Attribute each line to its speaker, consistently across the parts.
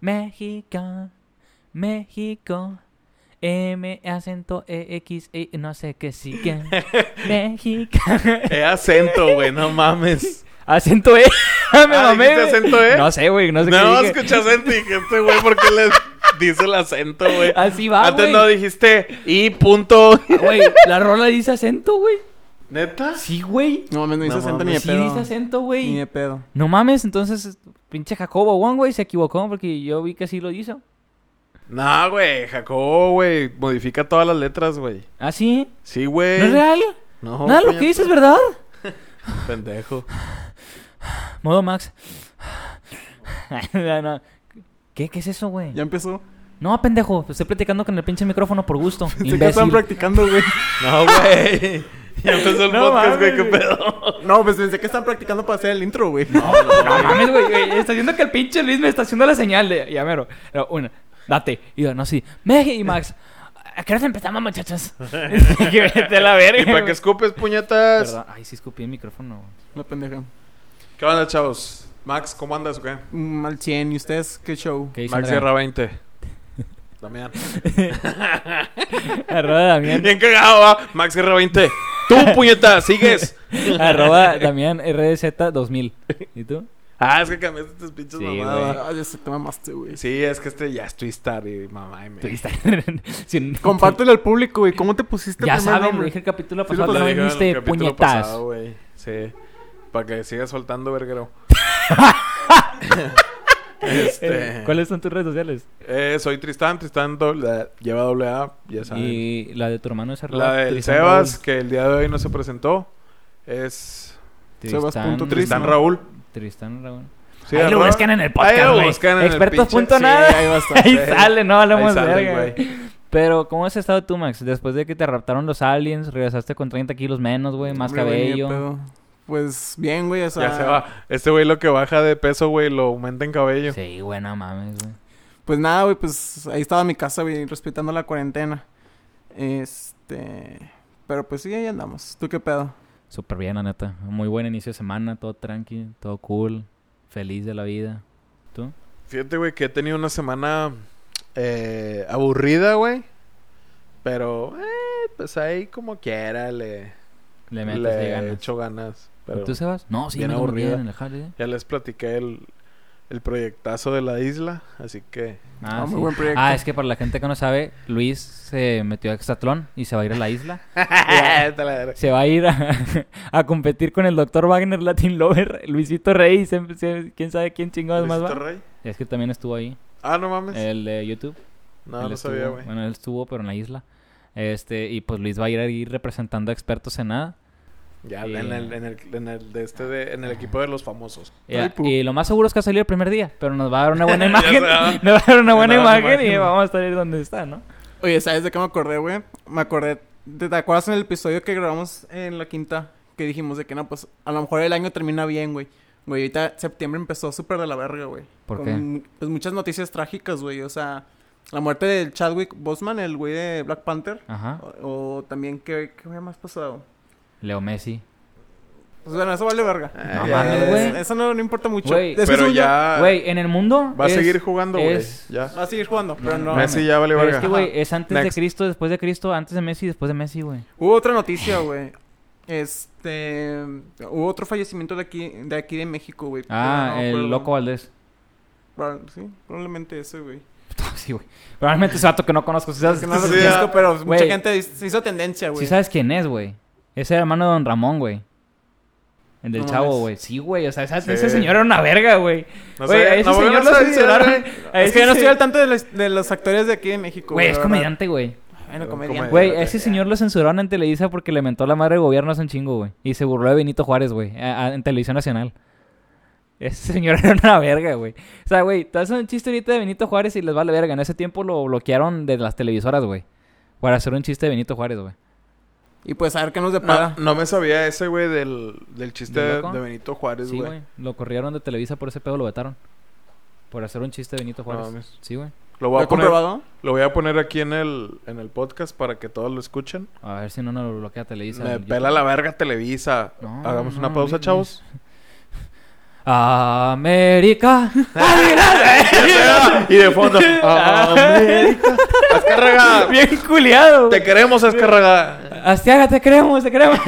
Speaker 1: México, México. M, acento, E, X, E, no sé qué sigue. México.
Speaker 2: Es acento, güey, no mames.
Speaker 1: Acento E. Me
Speaker 2: Ah,
Speaker 1: mamé.
Speaker 2: ¿dijiste
Speaker 1: güey.
Speaker 2: acento E?
Speaker 1: No sé, güey. No sé
Speaker 2: No,
Speaker 1: qué Pues dije.
Speaker 2: escucha acento y dije, este güey, ¿por qué le dice el acento, güey?
Speaker 1: Así va,
Speaker 2: Antes
Speaker 1: güey. Ah,
Speaker 2: no dijiste y punto.
Speaker 1: Güey, la rola dice acento, güey.
Speaker 2: ¿Neta?
Speaker 1: Sí, güey.
Speaker 3: No mames, no hice
Speaker 2: No
Speaker 3: acento ni de
Speaker 2: mames.
Speaker 1: Sí dice
Speaker 3: pedo.
Speaker 1: acento,
Speaker 3: Ni
Speaker 1: güey.
Speaker 3: de pedo.
Speaker 1: No mames, entonces, pinche Jacobo One, güey, se equivocó porque yo vi que sí lo hizo.
Speaker 2: No, güey, Jacobo, güey, modifica todas las letras, güey.
Speaker 1: ¿Ah, sí?
Speaker 2: Sí, güey.
Speaker 1: ¿No es real?
Speaker 2: No,
Speaker 1: Nada, lo
Speaker 2: puñeta,
Speaker 1: que dices, ¿verdad?
Speaker 2: Pendejo.
Speaker 1: Modo Max. No, no. ¿Qué? ¿Qué es eso, güey?
Speaker 3: Ya empezó.
Speaker 1: No, pendejo. Estoy platicando con el pinche micrófono por gusto.
Speaker 3: Sé que están
Speaker 1: Imbécil.
Speaker 3: practicando, güey.
Speaker 2: No, güey. Ya empezó el
Speaker 3: No
Speaker 2: podcast, güey, qué
Speaker 3: mames, güey.
Speaker 2: pedo.
Speaker 3: No, pues pensé que están practicando para hacer el intro, güey.
Speaker 1: No mames, güey, güey. Está haciendo que el pinche Luis me está haciendo la señal de. Ya, mero. Pero, una, date. Y yo, no, sí. Meg y Max. ¿A qué hora empezamos, muchachos? Que vete a la verga.
Speaker 2: ¿Y para qué
Speaker 1: güey.
Speaker 2: escupes, puñetas?
Speaker 1: Perdón. Ay, sí, escupí el micrófono. güey.
Speaker 3: La pendeja.
Speaker 2: ¿Qué onda, chavos? Max, ¿cómo andas, güey?
Speaker 3: Mm, Al 100. ¿Y ustedes qué show?
Speaker 1: ¿Qué dice
Speaker 2: Max
Speaker 1: Andrea?
Speaker 2: Sierra 20. Damián.
Speaker 1: Arroba Damián.
Speaker 2: Bien cagado, va. Max Sierra 20. Tú, puñeta, sigues.
Speaker 1: Arroba Damián RZ2000. ¿Y tú?
Speaker 2: Ah, es que cambiaste tus pinches
Speaker 1: Sí,
Speaker 2: mamadas.
Speaker 3: Ah, ya se te mamaste, güey.
Speaker 2: Sí, es que este ya es Twistar y mamá y me.
Speaker 1: Twister. Sin-
Speaker 3: Compártele al público, güey. ¿Cómo te pusiste
Speaker 1: Ya
Speaker 3: el primer
Speaker 1: saben, lo
Speaker 3: nombre?
Speaker 1: dije el capítulo
Speaker 2: Sí, lo
Speaker 1: pasado. No
Speaker 2: dije en el
Speaker 1: viniste,
Speaker 2: capítulo
Speaker 1: puñetas.
Speaker 2: pasado, güey. Sí. Para que sigas soltando, verguero.
Speaker 1: Eh,
Speaker 2: este.
Speaker 1: ¿Cuáles son tus redes sociales?
Speaker 2: Eh, soy Tristán, Tristán doble- lleva doble A, ya saben.
Speaker 1: Y la de tu hermano es arroba
Speaker 2: La del
Speaker 1: Tristan
Speaker 2: Sebas,
Speaker 1: Raúl.
Speaker 2: que el día de hoy no se presentó, es
Speaker 1: Tristan-
Speaker 3: Sebas.tristan.
Speaker 2: Tristán Raúl.
Speaker 1: Tristan Raúl.
Speaker 2: Sí,
Speaker 1: ahí lo
Speaker 2: arroba.
Speaker 1: buscan en el
Speaker 2: Ahí
Speaker 1: podcast,
Speaker 2: lo
Speaker 1: güey.
Speaker 2: buscan en el
Speaker 1: Expertos
Speaker 2: pinche-
Speaker 1: punto
Speaker 2: sí,
Speaker 1: nada.
Speaker 2: ahí va a estar.
Speaker 1: Ahí
Speaker 2: Sí.
Speaker 1: sale, no hablamos
Speaker 2: Ahí sale,
Speaker 1: verga.
Speaker 2: güey.
Speaker 1: Pero, ¿cómo has estado tú, Max? Después de que te raptaron los aliens, regresaste con 30 kilos menos, güey, más
Speaker 3: Hombre, güey, ni de
Speaker 1: cabello.
Speaker 3: pedo. Pues bien, güey. O sea,
Speaker 2: Ya se va. Este güey lo que baja de peso, güey, lo aumenta en cabello.
Speaker 1: Sí, güey, no mames, güey.
Speaker 3: Pues nada, güey. Pues ahí estaba mi casa, güey, respetando la cuarentena. Este. Pero pues sí, ahí andamos. ¿Tú qué pedo?
Speaker 1: Súper bien, la neta. Muy buen inicio de semana, todo tranqui, todo cool, feliz de la vida. ¿Tú?
Speaker 2: Fíjate, güey, que he tenido una semana eh, aburrida, güey. Pero, eh, pues ahí como quiera le,
Speaker 1: Le
Speaker 2: le,
Speaker 1: metes de ganas.
Speaker 2: echo ganas.
Speaker 1: ¿Y
Speaker 2: Pero
Speaker 1: ¿Tú, Sebas? No, sí,
Speaker 2: bien
Speaker 1: me
Speaker 2: aburrida.
Speaker 1: aburrido en el jale. ¿eh?
Speaker 2: ya les platiqué el, el proyectazo de la isla, así que...
Speaker 1: Ah,
Speaker 3: Ah, muy
Speaker 1: sí.
Speaker 3: buen proyecto.
Speaker 1: Ah, es que para la gente que no sabe, Luis se metió a Exatlón y se va a ir a la isla.
Speaker 2: Vete a la verga.
Speaker 1: Se va a ir a, a competir con el Dr. Wagner Latin Lover, Luisito Rey, se- se- quién sabe quién chingados más
Speaker 2: ¿Luisito
Speaker 1: va.
Speaker 2: Rey?
Speaker 1: Es que también estuvo ahí,
Speaker 2: Ah, no mames.
Speaker 1: el de YouTube.
Speaker 2: no,
Speaker 1: Él
Speaker 2: no
Speaker 1: estuvo-
Speaker 2: sabía, güey.
Speaker 1: Bueno, él estuvo, pero en la isla. Este, y pues Luis va a ir ahí representando a expertos en nada.
Speaker 2: Ya,
Speaker 1: Sí.
Speaker 2: en, el, en, el, en el de este de- en el equipo de los famosos.
Speaker 1: Y,
Speaker 3: Ay, pu.
Speaker 1: y lo más seguro es que va a salir el primer día, pero nos va a dar una buena imagen.
Speaker 2: Ya sé.
Speaker 1: nos va a dar una buena
Speaker 2: Una buena
Speaker 1: imagen y
Speaker 2: imagen.
Speaker 1: vamos a estar ahí donde está, ¿no?
Speaker 3: Oye, ¿sabes de qué me acordé, güey? Me acordé. ¿Te, te acuerdas en el episodio que grabamos en la quinta? Que dijimos de que no, pues a lo mejor el año termina bien, güey. Güey, ahorita septiembre empezó súper de la verga, güey.
Speaker 1: ¿Por
Speaker 3: Con
Speaker 1: qué?
Speaker 3: mu- Pues muchas noticias trágicas, güey. O sea, la muerte del Chadwick Boseman, el güey de Black Panther.
Speaker 1: Ajá.
Speaker 3: O, o también, ¿qué, qué había más pasado?
Speaker 1: Leo Messi.
Speaker 3: Pues bueno, eso vale verga.
Speaker 2: No
Speaker 3: Ya,
Speaker 1: mames,
Speaker 3: es-
Speaker 1: güey.
Speaker 3: Eso no, no importa mucho.
Speaker 1: Güey.
Speaker 3: Es que
Speaker 2: Pero
Speaker 3: según yo-
Speaker 2: ya
Speaker 1: Güey, en el mundo.
Speaker 2: va a
Speaker 1: es-
Speaker 2: seguir jugando, güey.
Speaker 1: es-
Speaker 2: Ya.
Speaker 3: Va a seguir Ah, jugando, pero no.
Speaker 2: Messi ya vale
Speaker 1: Pero
Speaker 2: verga.
Speaker 1: es que, güey, es antes
Speaker 2: Next.
Speaker 1: de Cristo, después de Cristo, antes de Messi, después de Messi, güey.
Speaker 3: Hubo otra noticia, güey. Este. Hubo otro fallecimiento de aquí de, aquí de México, güey.
Speaker 1: Ah,
Speaker 3: Pero no me
Speaker 1: el
Speaker 3: acuerdo.
Speaker 1: loco Valdés.
Speaker 3: Proba- Sí, probablemente ese, güey.
Speaker 1: sí, güey. Probablemente ese vato que no conozco. Si sabes,
Speaker 3: Que no lo
Speaker 2: Sí,
Speaker 3: conozco,
Speaker 2: ah,
Speaker 3: pero mucha
Speaker 1: güey.
Speaker 3: gente se hizo tendencia, güey.
Speaker 1: sí sabes quién es, güey. Es el hermano de Don Ramón, güey. El del
Speaker 3: No
Speaker 1: chavo,
Speaker 3: mames.
Speaker 1: güey. Sí, güey. O sea, esa-
Speaker 2: Sí.
Speaker 1: ese señor era una verga, güey.
Speaker 2: No
Speaker 1: Güey,
Speaker 2: sabía-
Speaker 1: a ese
Speaker 2: no, güey,
Speaker 1: señor
Speaker 2: no
Speaker 1: lo
Speaker 2: sabía,
Speaker 1: censuraron.
Speaker 2: güey.
Speaker 1: A
Speaker 3: Es que
Speaker 1: ese
Speaker 3: yo no estoy
Speaker 1: se-
Speaker 3: al tanto de los, de los actores de aquí de México,
Speaker 1: Güey, es
Speaker 3: la
Speaker 1: comediante, güey.
Speaker 3: verdad. Bueno,
Speaker 2: Un
Speaker 3: comediante.
Speaker 2: comediante.
Speaker 1: Güey, a ese señor lo censuraron en Televisa porque le mentó la madre del gobierno hace un chingo, güey. Y se burló de Benito Juárez, güey, a- a- en Televisión Nacional. Ese señor era una verga, güey. O sea, güey, te hacen un chiste ahorita de Benito Juárez y les vale verga. En ese tiempo lo bloquearon de las televisoras, güey. Para hacer un chiste de Benito Juárez, güey.
Speaker 3: Y pues a ver qué nos
Speaker 2: No,
Speaker 3: depara.
Speaker 2: no me sabía ese, güey, del, del chiste
Speaker 1: ¿Del
Speaker 2: de,
Speaker 1: loco?
Speaker 2: de Benito Juárez,
Speaker 1: Sí,
Speaker 2: Pues, güey.
Speaker 1: güey. Lo corrieron de Televisa por ese pedo, lo vetaron. Por hacer un chiste de Benito Juárez.
Speaker 2: mames.
Speaker 1: sí, güey.
Speaker 2: lo,
Speaker 3: ¿Lo
Speaker 2: voy
Speaker 3: he
Speaker 2: a poner,
Speaker 3: comprobado?
Speaker 2: lo voy a poner aquí en el, en el podcast para que todos lo escuchen.
Speaker 1: A ver si no nos lo bloquea Televisa.
Speaker 2: me
Speaker 1: el
Speaker 2: pela
Speaker 1: YouTube.
Speaker 2: la verga Televisa.
Speaker 1: No,
Speaker 2: Hagamos
Speaker 1: no,
Speaker 2: una pausa,
Speaker 1: Luis.
Speaker 2: chavos.
Speaker 1: América.
Speaker 2: Y de fondo, América. Azcárraga,
Speaker 1: Bien culiado.
Speaker 2: te queremos, Azcárraga.
Speaker 1: Astiaga, te queremos, te queremos.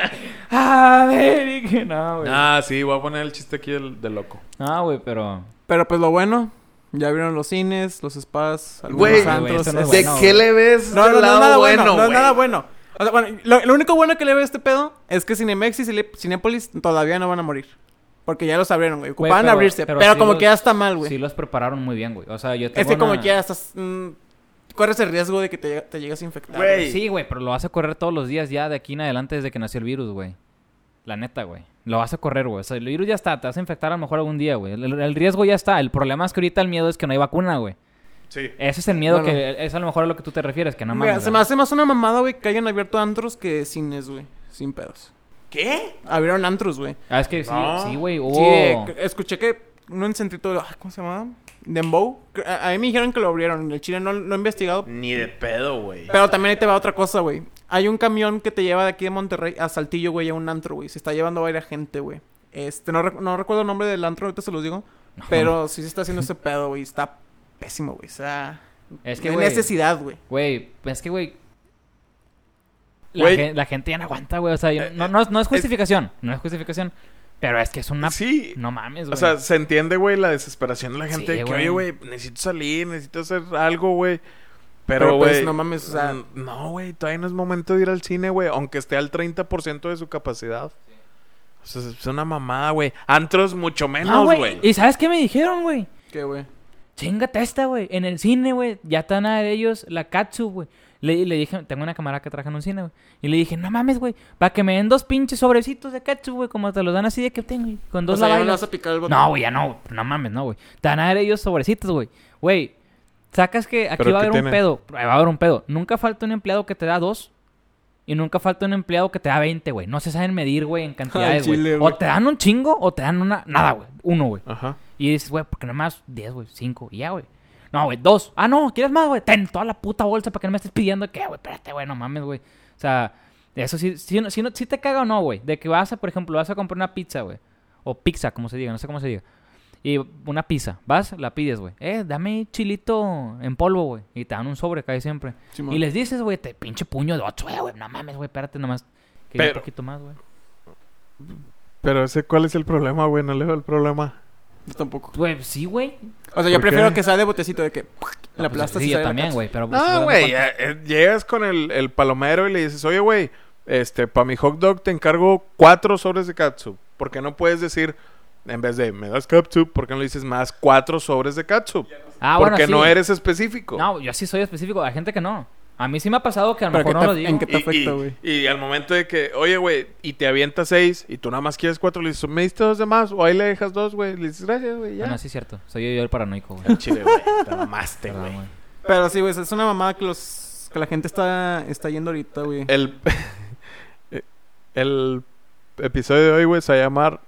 Speaker 1: América. No, güey.
Speaker 2: Ah, sí, voy a poner el chiste aquí del, del loco.
Speaker 1: No, güey, pero.
Speaker 3: Pero pues lo bueno, ya vieron los cines, los spas, algunos
Speaker 2: Güey,
Speaker 1: güey,
Speaker 3: antros. este,
Speaker 1: esto no es
Speaker 3: es-
Speaker 2: ¿De
Speaker 1: bueno,
Speaker 2: qué
Speaker 1: güey.
Speaker 2: le ves
Speaker 3: No, no,
Speaker 2: del
Speaker 3: no,
Speaker 2: lado
Speaker 3: nada bueno,
Speaker 2: bueno,
Speaker 3: no es
Speaker 2: güey?
Speaker 3: nada bueno. O sea, bueno, lo, lo único bueno que le veo a este pedo es que Cinemex y Cine- Cinépolis todavía no van a morir. Porque ya los abrieron, güey.
Speaker 1: Güey,
Speaker 3: Ocupaban
Speaker 1: pero-
Speaker 3: abrirse.
Speaker 1: pero
Speaker 3: Pero,
Speaker 1: sí
Speaker 3: como
Speaker 1: los-
Speaker 3: que ya está mal, güey.
Speaker 1: Sí, los prepararon muy bien, güey. O sea, yo tengo.
Speaker 3: es que como
Speaker 1: una-
Speaker 3: que ya estás... mm, corres el riesgo de que te, llega- te llegas a infectar.
Speaker 2: Güey.
Speaker 1: Sí, güey, pero lo vas a correr todos los días ya de aquí en adelante desde que nació el virus, güey. La neta, güey. Lo vas a correr, güey. O sea, el virus ya está. Te vas a infectar a lo mejor algún día, güey. El, el riesgo ya está. El problema es que ahorita el miedo es que no hay vacuna, güey.
Speaker 2: Sí.
Speaker 1: Ese es el miedo
Speaker 3: Bueno.
Speaker 1: que... Es a lo mejor a lo que tú te refieres, que no
Speaker 3: Mira,
Speaker 1: mames.
Speaker 3: se me
Speaker 1: güey.
Speaker 3: hace más una mamada, güey, que hayan abierto antros que cines, güey. Sin pedos.
Speaker 2: ¿Qué?
Speaker 3: Abrieron antros, güey.
Speaker 1: Ah, es que sí,
Speaker 2: No.
Speaker 1: sí, güey. Oh,
Speaker 3: Sí,
Speaker 1: hubo-
Speaker 3: eh, c- escuché que un centrito... ah, ¿Cómo se llamaba? Dembow. Cre- A, a mí me dijeron que lo abrieron. El chile no, no he investigado.
Speaker 2: Ni de pedo, güey.
Speaker 3: Pero también ahí te va otra cosa, güey. Hay un camión que te lleva de aquí de Monterrey a Saltillo, güey, a un antro, güey. Se está llevando a varias gente, güey. Este, no, rec- no recuerdo el nombre del antro, ahorita se los digo. Pero sí se está haciendo ese pedo, güey. Está pésimo, güey. O sea...
Speaker 1: Es que,
Speaker 3: no hay
Speaker 1: güey.
Speaker 3: necesidad, güey.
Speaker 1: Güey, es que, güey. La,
Speaker 2: Güey.
Speaker 1: gen- la gente ya no aguanta, güey. O sea, yo-
Speaker 2: Eh,
Speaker 1: no,
Speaker 2: eh,
Speaker 1: no, es- no es justificación. No es justificación. Pero es que es una.
Speaker 2: Sí.
Speaker 1: No mames, güey.
Speaker 2: O sea, se entiende, güey, la desesperación de la gente.
Speaker 1: Sí,
Speaker 2: de que,
Speaker 1: güey.
Speaker 2: oye, güey, necesito salir, necesito hacer algo, güey.
Speaker 3: Pero,
Speaker 2: Pero,
Speaker 3: pues,
Speaker 2: güey.
Speaker 3: no mames, o sea-
Speaker 2: n- No, güey, todavía no es momento de ir al cine, güey. Aunque esté al 30% de su capacidad. O sea, es una mamada, güey. Antros, mucho
Speaker 1: No,
Speaker 2: menos,
Speaker 1: güey.
Speaker 2: güey.
Speaker 1: ¿Y sabes qué me dijeron, güey?
Speaker 3: ¿Qué, güey?
Speaker 1: Chingate esta, güey. En el cine, güey. Ya están a ellos la Katsu, güey. Le, le dije, tengo una camarada que trabaja en un cine, güey. Y le dije, no mames, güey. Para que me den dos pinches sobrecitos de Katsu, güey. Como te los dan así de que tengo, güey. Con dos
Speaker 3: o sea, ya no le
Speaker 1: lavailas.
Speaker 3: vas a picar el botón.
Speaker 1: No, güey, ya no, no mames, no, güey. Te van a dar ellos sobrecitos, güey. Güey, sacas que aquí
Speaker 2: ¿Pero
Speaker 1: va a
Speaker 2: qué
Speaker 1: haber un
Speaker 2: tiene?
Speaker 1: pedo. Va a haber un pedo. Nunca falta un empleado que te da dos. Y nunca falta un empleado que te da 20, güey. No se saben medir, güey, en cantidades, güey.
Speaker 3: chile,
Speaker 1: O
Speaker 3: güey.
Speaker 1: te dan un chingo o te dan una... Nada, güey. Uno, güey.
Speaker 2: Ajá.
Speaker 1: Y dices, güey, ¿por qué no más? 10, güey, 5, y ya, güey. No, güey, dos. Ah, no, ¿quieres más, güey? Ten toda la puta bolsa para que no me estés pidiendo que, güey, espérate, güey, no mames, güey. O sea, eso sí, si, no- si, no- si te caga o no, güey. De que vas a, por ejemplo, vas a comprar una pizza, güey. O pizza, como se diga, no sé cómo se diga. Y una pizza, vas, la pides, güey. Eh, dame chilito en polvo, güey. Y te dan un sobre casi siempre.
Speaker 3: Simón.
Speaker 1: y les dices, güey, te pinche puño de ocho, eh, güey, no mames, güey, espérate nomás. Que un
Speaker 2: Pero-
Speaker 1: poquito más, güey.
Speaker 2: Pero ese, ¿cuál es el problema, güey? No le veo el problema.
Speaker 3: Yo tampoco.
Speaker 1: Güey, sí, güey.
Speaker 3: O sea, yo
Speaker 2: ¿Por
Speaker 3: prefiero
Speaker 2: qué?
Speaker 3: que sea de botecito de que... La
Speaker 1: Pues,
Speaker 3: aplasta
Speaker 1: Sí, yo también, güey, pero... pues,
Speaker 2: No,
Speaker 1: dame
Speaker 2: güey.
Speaker 1: cuenta.
Speaker 2: eh, eh, Llegas con el, el palomero y le dices, oye, güey, este, para mi hot dog te encargo cuatro sobres de catsup. Porque no puedes decir, en vez de me das catsup, ¿por qué no le dices más cuatro sobres de catsup?
Speaker 1: Ah, bueno,
Speaker 2: porque
Speaker 1: sí.
Speaker 2: no eres específico.
Speaker 1: No, yo sí soy específico. Hay gente que no. A mí sí me ha pasado que a lo
Speaker 3: Pero
Speaker 1: mejor
Speaker 3: que
Speaker 1: no
Speaker 3: te-
Speaker 1: lo digo. Ah,
Speaker 3: en que-
Speaker 2: Y,
Speaker 3: Perfecto,
Speaker 2: y-
Speaker 3: güey.
Speaker 2: y al momento de que, oye, güey, y te avienta seis y tú nada más quieres cuatro, le dices, ¿me diste dos de más? O ahí le dejas dos, güey. Le dices, gracias, güey, ya.
Speaker 1: Bueno, sí es cierto. Soy yo, yo el paranoico, güey.
Speaker 2: Al Chile, güey. Te mamaste,
Speaker 1: Perdón,
Speaker 2: güey.
Speaker 1: güey.
Speaker 3: Pero sí, güey, es una mamada que los... Que la gente está, está yendo ahorita, güey.
Speaker 2: El, el episodio de hoy, güey, se va a llamar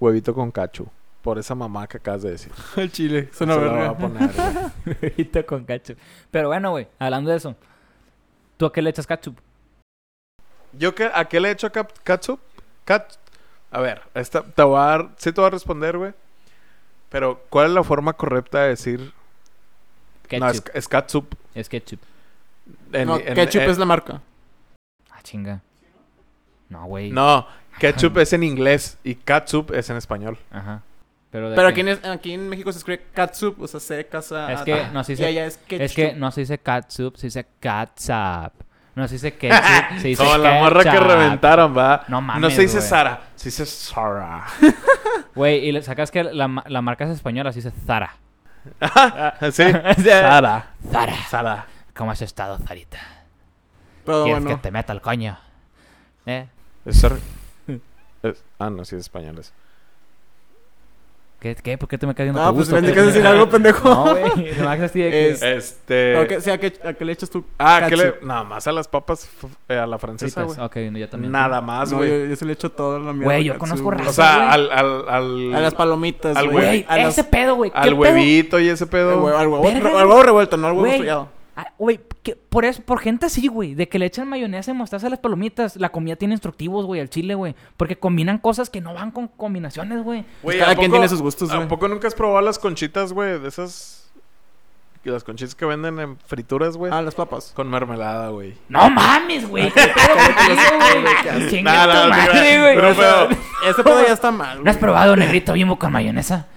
Speaker 2: Huevito con Cacho. Por esa mamá que acabas de decir.
Speaker 3: El chile. Es
Speaker 2: Se
Speaker 3: una
Speaker 2: la voy
Speaker 3: verga.
Speaker 2: a poner, güey.
Speaker 1: Huevito con ketchup. Pero bueno, güey, hablando de eso. ¿Tú a qué le echas ketchup?
Speaker 2: ¿Yo qué, a qué le he hecho cap- catsup? Cat... A ver, esta, te voy a dar- sí te voy a responder, güey. Pero, ¿cuál es la forma correcta de decir?
Speaker 1: Ketchup.
Speaker 2: No,
Speaker 1: es...
Speaker 2: es, es catsup.
Speaker 1: ketchup.
Speaker 2: En-
Speaker 3: No,
Speaker 2: en- e
Speaker 3: ketchup
Speaker 2: en-
Speaker 3: es la marca.
Speaker 1: Ah, chinga. No, güey.
Speaker 2: No, ketchup es en inglés y catsup es en español.
Speaker 1: Ajá. Pero, de
Speaker 3: Pero
Speaker 1: que-
Speaker 3: aquí en, es- aquí en México se escribe katsup, o sea, C, casa...
Speaker 1: Es que
Speaker 3: ah,
Speaker 1: no, sí
Speaker 3: y
Speaker 1: se-
Speaker 3: allá es ketchup.
Speaker 1: Es que no se dice catsup, se dice catsup. No se dice ketchup, se dice
Speaker 2: Como la morra que
Speaker 1: ketchup.
Speaker 2: reventaron, va.
Speaker 1: No mames,
Speaker 2: No se dice
Speaker 1: güey.
Speaker 2: Sara, se dice Sara.
Speaker 1: Güey, y le sacas que la, ma- la marca es española, se dice Zara.
Speaker 2: sí,
Speaker 1: Zara. Zara.
Speaker 2: Sara.
Speaker 1: ¿Cómo has estado, Zarita?
Speaker 3: Pero
Speaker 1: ¿Quieres
Speaker 3: bueno.
Speaker 1: que te meta el coño? ¿Eh?
Speaker 2: Es Sara. Es- ah, no, sí es español. es.
Speaker 1: ¿Qué, qué? por qué te me caes viendo
Speaker 3: Ah,
Speaker 1: con
Speaker 3: pues
Speaker 1: gusto?
Speaker 3: pensé
Speaker 1: ¿Qué?
Speaker 3: que ibas a decir algo, pendejo.
Speaker 1: No, güey. Se me hace así de que...
Speaker 3: Es-
Speaker 2: Este.
Speaker 3: Pero que- o sea, que- ¿a qué le echas tú
Speaker 2: Ah, ¿qué le.
Speaker 3: ketchup?
Speaker 2: Nada más a las papas f- eh, a la francesa,
Speaker 1: fritas.
Speaker 2: güey.
Speaker 1: Ok, no, yo también.
Speaker 2: Nada más,
Speaker 3: No,
Speaker 2: güey.
Speaker 3: yo, yo se le echo todo la mierda.
Speaker 1: Güey, yo
Speaker 3: katsup,
Speaker 1: conozco
Speaker 3: güey.
Speaker 1: raza-
Speaker 2: O sea,
Speaker 1: güey.
Speaker 2: al, al, al,
Speaker 3: A las palomitas,
Speaker 2: Al
Speaker 1: Güey,
Speaker 3: A las-
Speaker 1: ese pedo, güey. ¿Qué
Speaker 2: al
Speaker 1: pedo?
Speaker 2: huevito y ese
Speaker 3: al
Speaker 2: pedo.
Speaker 3: huevo, al huevo,
Speaker 1: Verga,
Speaker 3: al
Speaker 1: güey.
Speaker 3: huevo revuelto, no al huevo
Speaker 1: Güey.
Speaker 3: estrellado.
Speaker 1: Ah, Güey, que por, eso, por gente así, güey, de que le echan mayonesa y mostaza a las palomitas, la comida tiene instructivos, güey, al chile, güey. Porque combinan cosas que no van con combinaciones, güey.
Speaker 2: Güey,
Speaker 3: cada
Speaker 2: ¿a
Speaker 3: quien
Speaker 2: poco-
Speaker 3: tiene sus gustos,
Speaker 2: ¿A
Speaker 3: güey.
Speaker 2: poco nunca has probado las conchitas, güey? De esas. que Las conchitas que venden en frituras, güey.
Speaker 3: Ah, las papas.
Speaker 2: Con mermelada, güey.
Speaker 1: No mames, güey. ¿Qué pedo contigo, güey? Chinga
Speaker 2: Nada,
Speaker 1: tu
Speaker 2: no,
Speaker 1: madre,
Speaker 2: no,
Speaker 1: güey.
Speaker 2: no, pero-
Speaker 3: Este pedo ya está mal,
Speaker 1: ¿No
Speaker 3: güey.
Speaker 1: has probado negrito bimbo con mayonesa?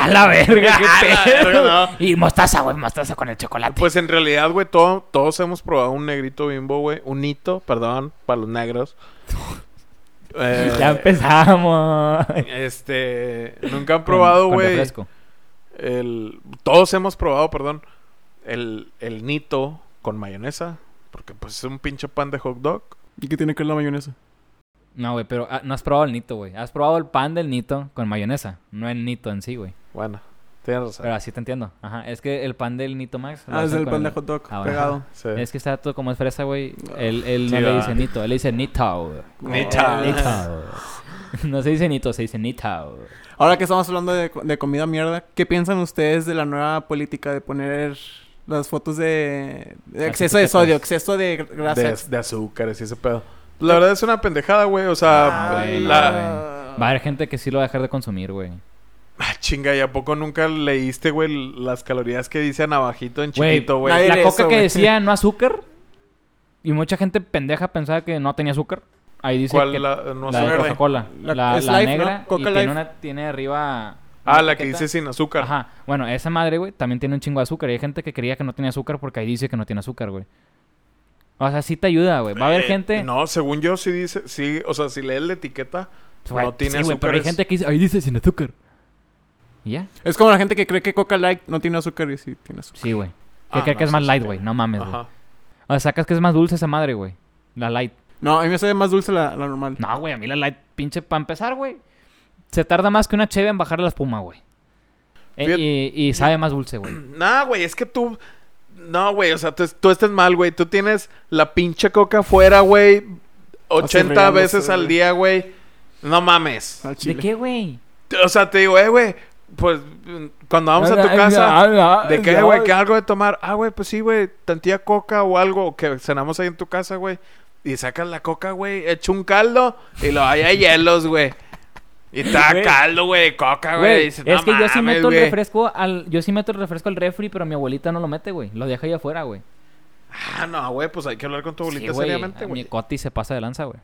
Speaker 1: A la verga, qué
Speaker 2: A la
Speaker 1: pedo.
Speaker 2: verga, no.
Speaker 1: Y mostaza, güey, mostaza con el chocolate.
Speaker 2: Pues en realidad, güey, todo- todos hemos probado un negrito bimbo, güey. Un hito, perdón, para los negros. Eh,
Speaker 1: ya empezamos.
Speaker 2: Este. Nunca han probado,
Speaker 1: Con
Speaker 2: güey.
Speaker 1: refresco.
Speaker 2: El, todos hemos probado, perdón, el, el nito con mayonesa. Porque pues es un pinche pan de hot dog.
Speaker 3: ¿Y qué tiene que ver la mayonesa?
Speaker 1: No, güey, pero ah, no has probado el nito, güey. Has probado el pan del nito con mayonesa. No el nito en sí, güey.
Speaker 2: Bueno, tienes razón.
Speaker 1: Pero así te entiendo. Ajá. Es que el pan del nito Max. lo
Speaker 3: Ah, es
Speaker 1: hacen
Speaker 3: el
Speaker 1: con
Speaker 3: pan de hot dog.
Speaker 1: Ahora.
Speaker 3: Pegado.
Speaker 2: Sí.
Speaker 1: Es que está todo como es fresa, güey. Él, él
Speaker 2: Sí,
Speaker 1: no le
Speaker 2: va.
Speaker 1: dice nito, él le dice nito.
Speaker 2: Nita.
Speaker 1: Nito. No se dice nito, se dice nito.
Speaker 3: Ahora que estamos hablando de, de comida mierda, ¿qué piensan ustedes de la nueva política de poner las fotos de, de
Speaker 1: Las
Speaker 3: exceso de
Speaker 1: etiquetas.
Speaker 3: sodio, exceso de
Speaker 2: de,
Speaker 3: grasa?
Speaker 2: de azúcares y ese pedo. Pues, La verdad es una pendejada, güey. O sea,
Speaker 1: Ay,
Speaker 2: la...
Speaker 1: Va a haber gente que sí lo va a dejar de consumir, güey.
Speaker 2: Ah, chinga, ¿y a poco nunca leíste, güey, las calorías que dicen abajito en
Speaker 1: Güey,
Speaker 2: chiquito, güey?
Speaker 3: nadie-
Speaker 1: La
Speaker 3: Era
Speaker 1: coca
Speaker 3: eso,
Speaker 1: que
Speaker 3: güey.
Speaker 1: decía no azúcar. Y mucha gente pendeja pensaba que no tenía azúcar. Ahí dice
Speaker 2: ¿Cuál?
Speaker 1: que la,
Speaker 2: La, no
Speaker 1: de
Speaker 2: sé.
Speaker 3: verde.
Speaker 1: Coca-Cola. La,
Speaker 3: La-
Speaker 1: la
Speaker 3: es Life, ¿no?
Speaker 1: negra.
Speaker 3: Coca
Speaker 1: y tiene,
Speaker 3: Life.
Speaker 1: una, tiene arriba...
Speaker 2: Ah,
Speaker 1: una
Speaker 2: la que
Speaker 1: etiqueta.
Speaker 2: dice sin azúcar.
Speaker 1: Ajá. Bueno, esa madre, güey, también tiene un chingo de azúcar. Y hay gente que creía que no tenía azúcar porque ahí dice que no tiene azúcar, güey. O sea, sí te ayuda, güey. Va a haber
Speaker 2: Eh,
Speaker 1: gente...
Speaker 2: No, según yo sí dice, sí, o sea, si lees la etiqueta,
Speaker 1: Pues, Güey,
Speaker 2: no tiene
Speaker 1: sí, güey, pero hay
Speaker 2: azúcares.
Speaker 1: gente que dice, ahí dice sin azúcar. ¿Y ya?
Speaker 3: Es como la gente que cree que Coca Light no tiene azúcar y sí tiene azúcar.
Speaker 1: Sí, güey. Que
Speaker 2: Ah,
Speaker 1: cree que
Speaker 2: no,
Speaker 1: es más
Speaker 2: sí,
Speaker 1: light,
Speaker 2: sí.
Speaker 1: güey. No mames, güey.
Speaker 2: Ajá.
Speaker 1: O sea, sacas que es más dulce esa madre, güey. La light.
Speaker 3: No, a mí me sabe más dulce la, la normal.
Speaker 1: No, güey, a mí la light, pinche, para empezar, güey. Se tarda más que una cheve en bajar la espuma, güey. Eh,
Speaker 2: Fíjate-
Speaker 1: y, y sabe más dulce, güey.
Speaker 2: No, güey, es que tú. No, güey, o sea, tú, tú estás mal, güey. Tú tienes la pinche coca afuera, güey, 80
Speaker 3: regándose,
Speaker 2: veces al
Speaker 3: güey.
Speaker 2: día, güey. No mames.
Speaker 3: Al
Speaker 1: ¿De
Speaker 3: chile.
Speaker 1: qué, güey?
Speaker 2: O sea, te digo, eh, güey, pues cuando vamos a tu casa,
Speaker 1: Ah,
Speaker 2: ¿de qué, güey? ¿Qué algo de tomar? Ah, güey, pues sí, güey, tantía coca o algo que cenamos ahí en tu casa, güey. Y sacas la coca, güey, echa un caldo y lo hay a hielos, güey. Y está
Speaker 1: Güey.
Speaker 2: caldo, güey, de coca, güey.
Speaker 1: Güey, es
Speaker 2: Dices,
Speaker 1: que
Speaker 2: "No
Speaker 1: yo sí
Speaker 2: mames,
Speaker 1: meto el
Speaker 2: güey".
Speaker 1: refresco al... Yo sí meto el refresco al refri, pero mi abuelita no lo mete, güey. Lo deja ahí afuera, güey.
Speaker 2: Ah, no, güey, pues hay que hablar con tu
Speaker 1: Sí,
Speaker 2: abuelita
Speaker 1: güey.
Speaker 2: seriamente,
Speaker 1: a Mi
Speaker 2: güey.
Speaker 1: coti se pasa de lanza, güey.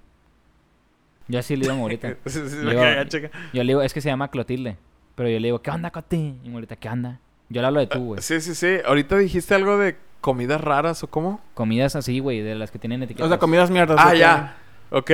Speaker 1: Yo así le digo a mi abuelita.
Speaker 2: Sí, sí,
Speaker 1: Digo,
Speaker 2: me cagué, chica.
Speaker 1: Yo le digo, es que se llama Clotilde. Pero yo le digo, ¿qué onda, Coti? Y mi abuelita, ¿qué onda? Yo le hablo de tú, güey.
Speaker 2: sí, sí, sí. Ahorita dijiste algo de comidas raras o cómo.
Speaker 1: Comidas así, güey, de las que tienen etiquetas.
Speaker 3: O sea, comidas mierdas.
Speaker 2: Ah,
Speaker 3: ok.
Speaker 2: ya. Ok.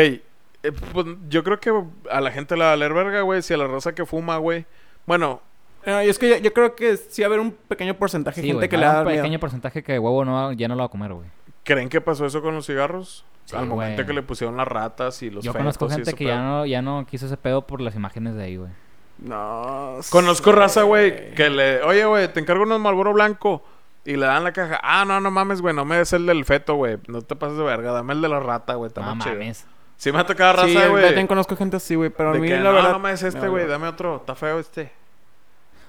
Speaker 2: Eh, pues, yo creo que a la gente le va a valer verga, güey. Si a la raza que fuma, güey. Bueno,
Speaker 3: No, y Eh, es que yo, yo creo que sí va a haber un pequeño porcentaje de
Speaker 1: Sí,
Speaker 3: gente
Speaker 1: güey.
Speaker 3: que le va a
Speaker 1: habrá
Speaker 3: dar
Speaker 1: un
Speaker 3: miedo.
Speaker 1: pequeño porcentaje que de huevo no, va- ya no lo va a comer, güey.
Speaker 2: ¿creen que pasó eso con los cigarros?
Speaker 1: Sí,
Speaker 2: Al momento
Speaker 1: güey.
Speaker 2: que le pusieron las ratas y los
Speaker 1: Yo
Speaker 2: fetos
Speaker 1: conozco
Speaker 2: y
Speaker 1: gente
Speaker 2: ese
Speaker 1: que
Speaker 2: pedo.
Speaker 1: ya no, ya no quiso ese pedo por las imágenes de ahí, güey.
Speaker 3: No.
Speaker 2: Conozco
Speaker 3: sí.
Speaker 2: raza, güey, que le... Oye, güey, te encargo unos Marlboro Blanco. Y le dan la caja. Ah, no, no mames, güey. No me des el del feto, güey. No te pases de verga. Dame el de la rata, güey. Está
Speaker 1: No
Speaker 2: más chido.
Speaker 1: mames.
Speaker 2: Sí me ha tocado
Speaker 3: Sí,
Speaker 2: raza,
Speaker 3: yo
Speaker 2: güey.
Speaker 3: también conozco gente así, güey, pero a
Speaker 2: De
Speaker 3: mí
Speaker 2: que,
Speaker 3: la
Speaker 2: no,
Speaker 3: verdad...
Speaker 2: no me des este,
Speaker 3: me
Speaker 2: güey.
Speaker 3: vale.
Speaker 2: Dame otro. Está feo este.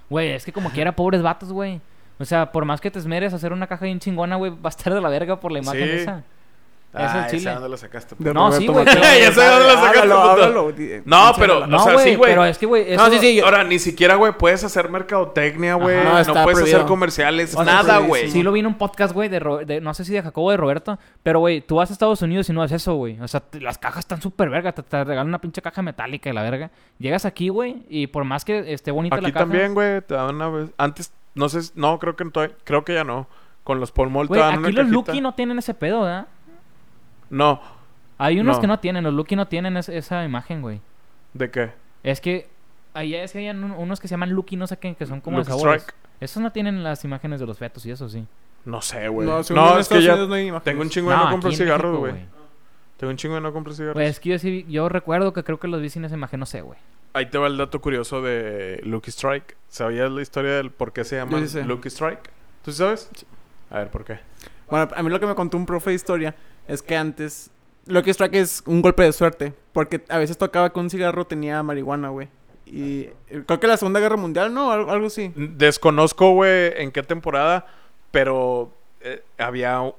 Speaker 1: Güey, es que como quiera, pobres vatos, güey. O sea, por más que te esmeres hacer una caja bien chingona, güey, va a estar de la verga por la imagen
Speaker 2: Sí.
Speaker 1: esa.
Speaker 2: Ah,
Speaker 1: Es el
Speaker 2: ese,
Speaker 1: chile.
Speaker 2: ¿a dónde lo sacaste? pues?
Speaker 3: De
Speaker 1: No,
Speaker 3: Roberto
Speaker 1: sí, güey,
Speaker 3: Mateo.
Speaker 1: pero- Ya
Speaker 2: sé dónde lo sacaste,
Speaker 3: Háblalo,
Speaker 2: puto.
Speaker 3: háblalo. di-
Speaker 2: No, pero,
Speaker 1: No,
Speaker 2: o sea,
Speaker 1: güey,
Speaker 2: sí, güey.
Speaker 1: pero es que, güey, eso...
Speaker 3: No, sí, sí, yo-
Speaker 2: Ahora, ni siquiera, güey, puedes hacer mercadotecnia, güey.
Speaker 3: Ajá,
Speaker 2: No,
Speaker 3: está
Speaker 2: puedes
Speaker 3: prohibido.
Speaker 2: hacer comerciales,
Speaker 3: O sea,
Speaker 2: nada,
Speaker 3: prohibidísimo.
Speaker 2: güey.
Speaker 1: Sí lo vi en un podcast, güey, de, Ro- de- no sé si de Jacobo o de Roberto, pero, güey, tú vas a Estados Unidos y no haces eso, güey. O sea, te- las cajas están súper verga, te, te regalan una pinche caja metálica y la verga. Llegas aquí, güey, y por más que esté bonita la
Speaker 2: Aquí
Speaker 1: caja...
Speaker 2: también, güey, te dan una vez. Antes, no sé, si- no, creo que to- creo que ya no. Con los polmol te
Speaker 1: Güey,
Speaker 2: dan
Speaker 1: aquí
Speaker 2: una
Speaker 1: los
Speaker 2: cajita.
Speaker 1: Lucky no tienen ese pedo, ¿verdad?
Speaker 2: No,
Speaker 1: Hay unos
Speaker 2: No.
Speaker 1: que no tienen, los Lucky no tienen es- esa imagen, güey.
Speaker 2: ¿de qué?
Speaker 1: Es que allá es que hay un- unos que se llaman Lucky, no sé qué, que son como de
Speaker 2: Lucky
Speaker 1: sabores.
Speaker 2: Strike.
Speaker 1: Esos no tienen las imágenes de los fetos y eso, sí.
Speaker 2: No sé, güey.
Speaker 3: No,
Speaker 2: No,
Speaker 3: según yo en
Speaker 2: es que
Speaker 3: Estados
Speaker 2: ya
Speaker 3: Unidos no hay imágenes.
Speaker 2: tengo un chingo de no,
Speaker 1: aquí
Speaker 2: comprar
Speaker 1: en
Speaker 2: cigarros,
Speaker 1: México,
Speaker 2: güey. Tengo un chingo de no comprar cigarros.
Speaker 1: Pues es que yo, sí, vi- yo recuerdo que creo que los vi sin esa imagen, no sé, güey.
Speaker 2: Ahí te va el dato curioso de Lucky Strike. ¿Sabías la historia del por qué se llama
Speaker 3: Yo sí sé.
Speaker 2: Lucky Strike? ¿Tú sí sabes? A ver, ¿por qué?
Speaker 3: Bueno, a mí lo que me contó un profe de historia es que antes Lucky Strike es un golpe de suerte, porque a veces tocaba que un cigarro tenía marihuana, güey. Y eh, creo que la Segunda Guerra Mundial, ¿no? Algo, algo así.
Speaker 2: Desconozco, güey, en qué temporada, pero eh, había a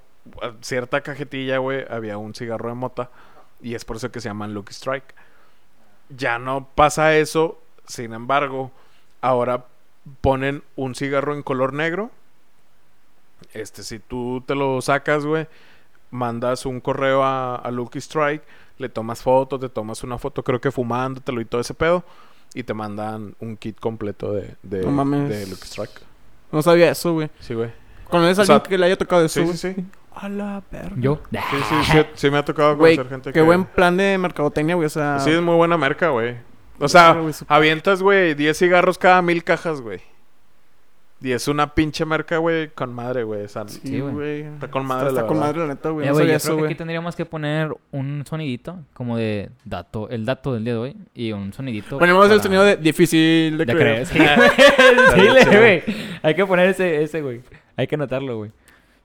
Speaker 2: cierta cajetilla, güey, había un cigarro de mota. Y es por eso que se llaman Lucky Strike. Ya no pasa eso. Sin embargo, ahora ponen un cigarro en color negro. Este, si tú te lo sacas, güey, mandas un correo a, a Lucky Strike, le tomas foto, te tomas una foto, creo que fumándotelo y todo ese pedo, y te mandan un kit completo de, de,
Speaker 3: No mames.
Speaker 2: de Lucky Strike.
Speaker 3: No sabía eso, güey.
Speaker 2: Sí, güey.
Speaker 3: ¿Conoces a
Speaker 2: O sea,
Speaker 3: alguien que le haya tocado eso,
Speaker 2: Sí,
Speaker 3: güey?
Speaker 2: sí, sí.
Speaker 3: A la perra.
Speaker 1: Yo.
Speaker 2: Sí, sí,
Speaker 1: Eh,
Speaker 2: sí, sí me ha tocado
Speaker 3: Güey,
Speaker 2: conocer gente
Speaker 3: qué
Speaker 2: que...
Speaker 3: buen plan de mercadotecnia, güey. O sea,
Speaker 2: Sí, es muy buena marca, güey. O
Speaker 3: Claro,
Speaker 2: sea,
Speaker 3: güey, sup-
Speaker 2: avientas, güey, 10 cigarros cada mil cajas, güey. Y es una pinche marca, güey, con madre, güey. O sea,
Speaker 1: Sí, güey.
Speaker 2: Está con madre,
Speaker 3: Está
Speaker 2: la
Speaker 3: con
Speaker 2: verdad.
Speaker 3: madre, la neta, güey.
Speaker 1: Eh,
Speaker 3: No
Speaker 1: güey, yo
Speaker 3: sabía
Speaker 1: creo
Speaker 3: eso,
Speaker 1: que
Speaker 3: güey.
Speaker 1: aquí tendríamos que poner un sonidito como de dato, el dato del día de hoy y un sonidito.
Speaker 3: Ponemos el
Speaker 1: para-
Speaker 3: sonido de difícil de,
Speaker 1: de
Speaker 3: creer.
Speaker 1: creer. Sí, güey.
Speaker 2: Está
Speaker 1: Chile,
Speaker 2: chido.
Speaker 1: güey. Hay que poner ese, ese, güey. Hay que anotarlo, güey.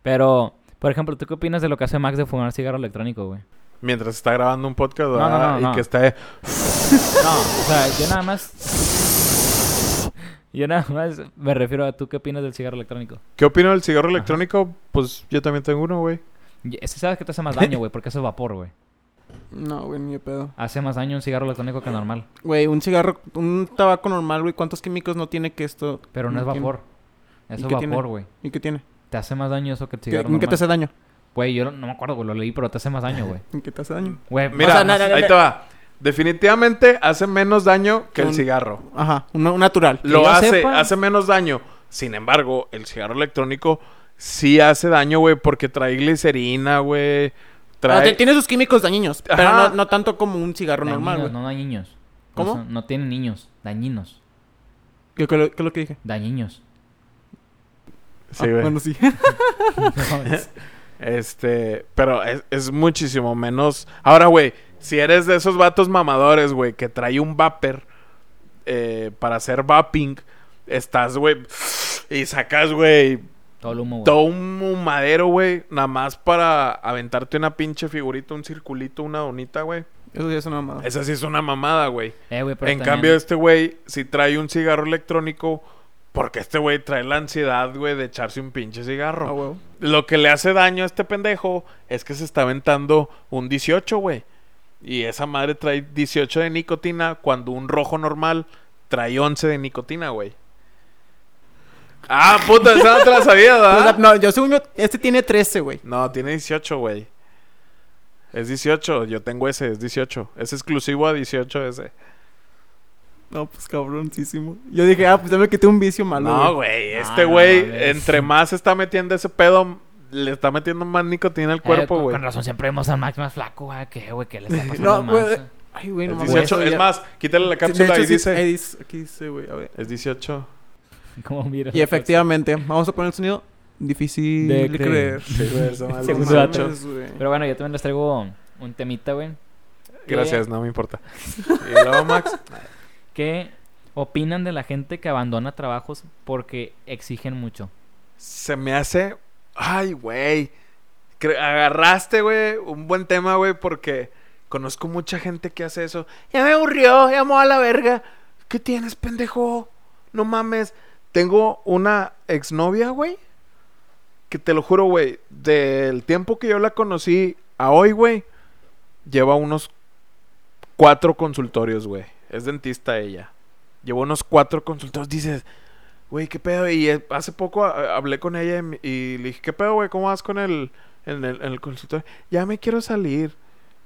Speaker 1: Pero, por ejemplo, ¿tú qué opinas de lo que hace Max de fumar cigarro electrónico, güey?
Speaker 2: Mientras está grabando un podcast,
Speaker 1: No, no,
Speaker 2: ¿verdad?
Speaker 1: no,
Speaker 2: y
Speaker 1: no.
Speaker 2: que está...
Speaker 1: No, o sea, yo nada más. Yo nada más me refiero a tú qué opinas del cigarro electrónico.
Speaker 2: ¿Qué opino del cigarro electrónico? Pues yo también tengo uno, güey.
Speaker 1: Y Ese sabes que te hace más daño, güey, porque eso es vapor, güey.
Speaker 3: No, güey, ni de pedo.
Speaker 1: Hace más daño un cigarro electrónico que normal,
Speaker 3: Güey, un cigarro, un tabaco normal, güey. ¿Cuántos químicos no tiene que esto?
Speaker 1: pero no es
Speaker 3: tiene?
Speaker 1: vapor. Eso es
Speaker 3: qué tiene?
Speaker 1: vapor, güey.
Speaker 3: ¿Y qué tiene?
Speaker 1: Te hace más daño eso que el
Speaker 3: ¿Qué-
Speaker 1: cigarro
Speaker 3: ¿En qué te
Speaker 1: normal.
Speaker 3: hace daño?
Speaker 1: Güey, yo no- no me acuerdo, güey, lo leí, pero te hace más daño, güey.
Speaker 3: ¿En qué te hace daño?
Speaker 1: Güey,
Speaker 2: Mira,
Speaker 3: O sea, no, no, no,
Speaker 2: ahí
Speaker 3: no.
Speaker 2: te va. Definitivamente hace menos daño que el
Speaker 3: Un-
Speaker 2: cigarro.
Speaker 3: Ajá, un, un natural.
Speaker 2: Lo
Speaker 1: yo
Speaker 2: hace,
Speaker 1: sepa.
Speaker 2: hace menos daño. Sin embargo, el cigarro electrónico sí hace daño, güey, porque trae glicerina, güey.
Speaker 3: Ah, te-
Speaker 2: Trae...
Speaker 3: tiene sus químicos dañinos, pero
Speaker 2: Ajá.
Speaker 3: no, no tanto como un cigarro
Speaker 1: dañinos,
Speaker 3: normal, güey.
Speaker 1: no dañinos.
Speaker 3: ¿Cómo?
Speaker 1: O sea, no tienen niños, dañinos,
Speaker 3: ¿Qué, qué lo- qué es lo que dije?
Speaker 1: dañinos.
Speaker 2: Sí,
Speaker 3: Ah,
Speaker 2: güey.
Speaker 3: bueno, sí.
Speaker 2: Este, pero es, es muchísimo menos. Ahora, güey, si eres de esos vatos mamadores, güey, que trae un vapor eh, para hacer vaping, estás, güey, y sacas, güey,
Speaker 1: Todo el humo, güey.
Speaker 2: todo un madero, güey, nada más para aventarte una pinche figurita, un circulito, una donita, güey.
Speaker 3: Eso ya es una mamada.
Speaker 2: Esa sí es una mamada, güey.
Speaker 1: Eh, güey, pero
Speaker 2: En
Speaker 1: también-
Speaker 2: cambio, este güey, si trae un cigarro electrónico, porque este güey trae la ansiedad, güey, de echarse un pinche cigarro.
Speaker 3: Ah, huevo.
Speaker 2: Lo que le hace daño a este pendejo es que se está aventando un 18, güey. Y esa madre trae 18 de nicotina cuando un rojo normal trae 11 de nicotina, güey. Ah, puta, esa no te la sabía,
Speaker 3: Pues,
Speaker 2: ¿verdad?
Speaker 3: la- no, yo según yo, este tiene 13, güey.
Speaker 2: No, tiene 18, güey. Es 18, yo tengo ese, es 18. Es exclusivo a 18 ese.
Speaker 3: No, pues cabroncísimo. Yo dije, ah, pues ya me quité un vicio malo.
Speaker 2: No, güey,
Speaker 3: güey. Ah,
Speaker 1: No,
Speaker 2: este
Speaker 1: no
Speaker 2: güey,
Speaker 1: mames.
Speaker 2: entre más se está metiendo ese pedo, le está metiendo más nicotina al
Speaker 1: Eh,
Speaker 2: cuerpo,
Speaker 1: con-
Speaker 2: güey.
Speaker 1: Con razón, siempre vemos a Max más flaco, güey. ¿Qué, güey? ¿Qué le está pasando
Speaker 3: No,
Speaker 1: no,
Speaker 3: güey. Ay, güey, no
Speaker 2: Es
Speaker 3: mames.
Speaker 2: 18,
Speaker 3: Eso
Speaker 2: es
Speaker 3: ya-
Speaker 2: más, quítale la
Speaker 3: De
Speaker 2: cápsula
Speaker 3: hecho,
Speaker 2: y
Speaker 3: sí, eh,
Speaker 2: dice.
Speaker 3: ahí dice- aquí dice, güey, a ver.
Speaker 2: Es 18.
Speaker 1: ¿Cómo mira?
Speaker 3: Y efectivamente, vamos a poner el sonido difícil
Speaker 1: De
Speaker 3: de
Speaker 1: creer.
Speaker 3: creer.
Speaker 2: Sí, güey, esa madre
Speaker 1: Según
Speaker 2: es
Speaker 1: su
Speaker 3: No
Speaker 2: 18.
Speaker 1: dato.
Speaker 3: mames, güey.
Speaker 1: Pero bueno, yo también les traigo un temita, güey.
Speaker 2: Gracias, no me importa. Y luego, Max.
Speaker 1: ¿Qué opinan de la gente que abandona trabajos porque exigen mucho?
Speaker 2: Se me hace. Ay, güey. Cre- Agarraste, güey, un buen tema, güey, porque conozco mucha gente que hace eso. Ya me aburrió, ya me voy a la verga. ¿Qué tienes, pendejo? No mames. Tengo una exnovia, güey. Que te lo juro, güey. Del tiempo que yo la conocí a hoy, güey. Lleva unos cuatro consultorios, güey. Es dentista ella. Lleva unos cuatro consultorios. Dices, güey, ¿qué pedo? Y eh, hace poco ah, hablé con ella y me- y le dije, ¿qué pedo, güey? ¿Cómo vas con el, en el, en el consultorio? Ya me quiero salir.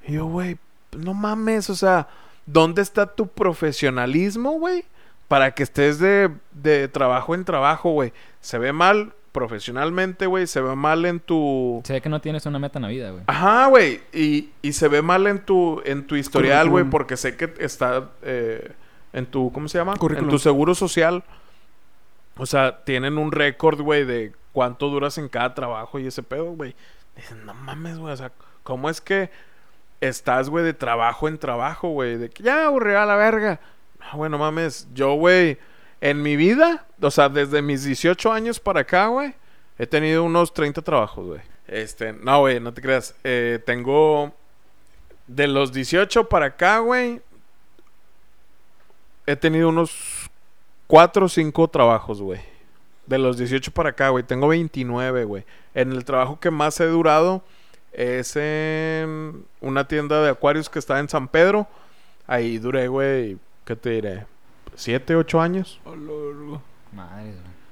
Speaker 2: Y yo, güey, no mames. O sea, ¿dónde está tu profesionalismo, güey? Para que estés de, de trabajo en trabajo, güey. Se ve mal profesionalmente, güey. Se ve mal en tu...
Speaker 1: Se ve que no tienes una meta en la vida, güey.
Speaker 2: Ajá, güey. Y, y se ve mal en tu, en tu historial, güey,
Speaker 3: Currículum.
Speaker 2: porque sé que está eh, en tu, ¿cómo se llama? En
Speaker 3: Currículum.
Speaker 2: tu seguro social. O sea, tienen un récord, güey, de cuánto duras en cada trabajo y ese pedo, güey. Dicen, no mames, güey. O sea, ¿cómo es que estás, güey, de trabajo en trabajo, güey? De que ya aburrió a la verga. Ah, güey, no mames. Yo, güey, en mi vida, o sea, desde mis 18 años para acá, güey, he tenido unos 30 trabajos, güey. Este, no, güey, no te creas. Eh, tengo de los 18 para acá, güey, he tenido unos 4 o 5 trabajos, güey. De los 18 para acá, güey. Tengo 29, güey. En el trabajo que más he durado es en una tienda de acuarios que está en San Pedro. Ahí duré, güey, ¿qué te diré? ¿Siete, ocho años?
Speaker 1: Madre, güey.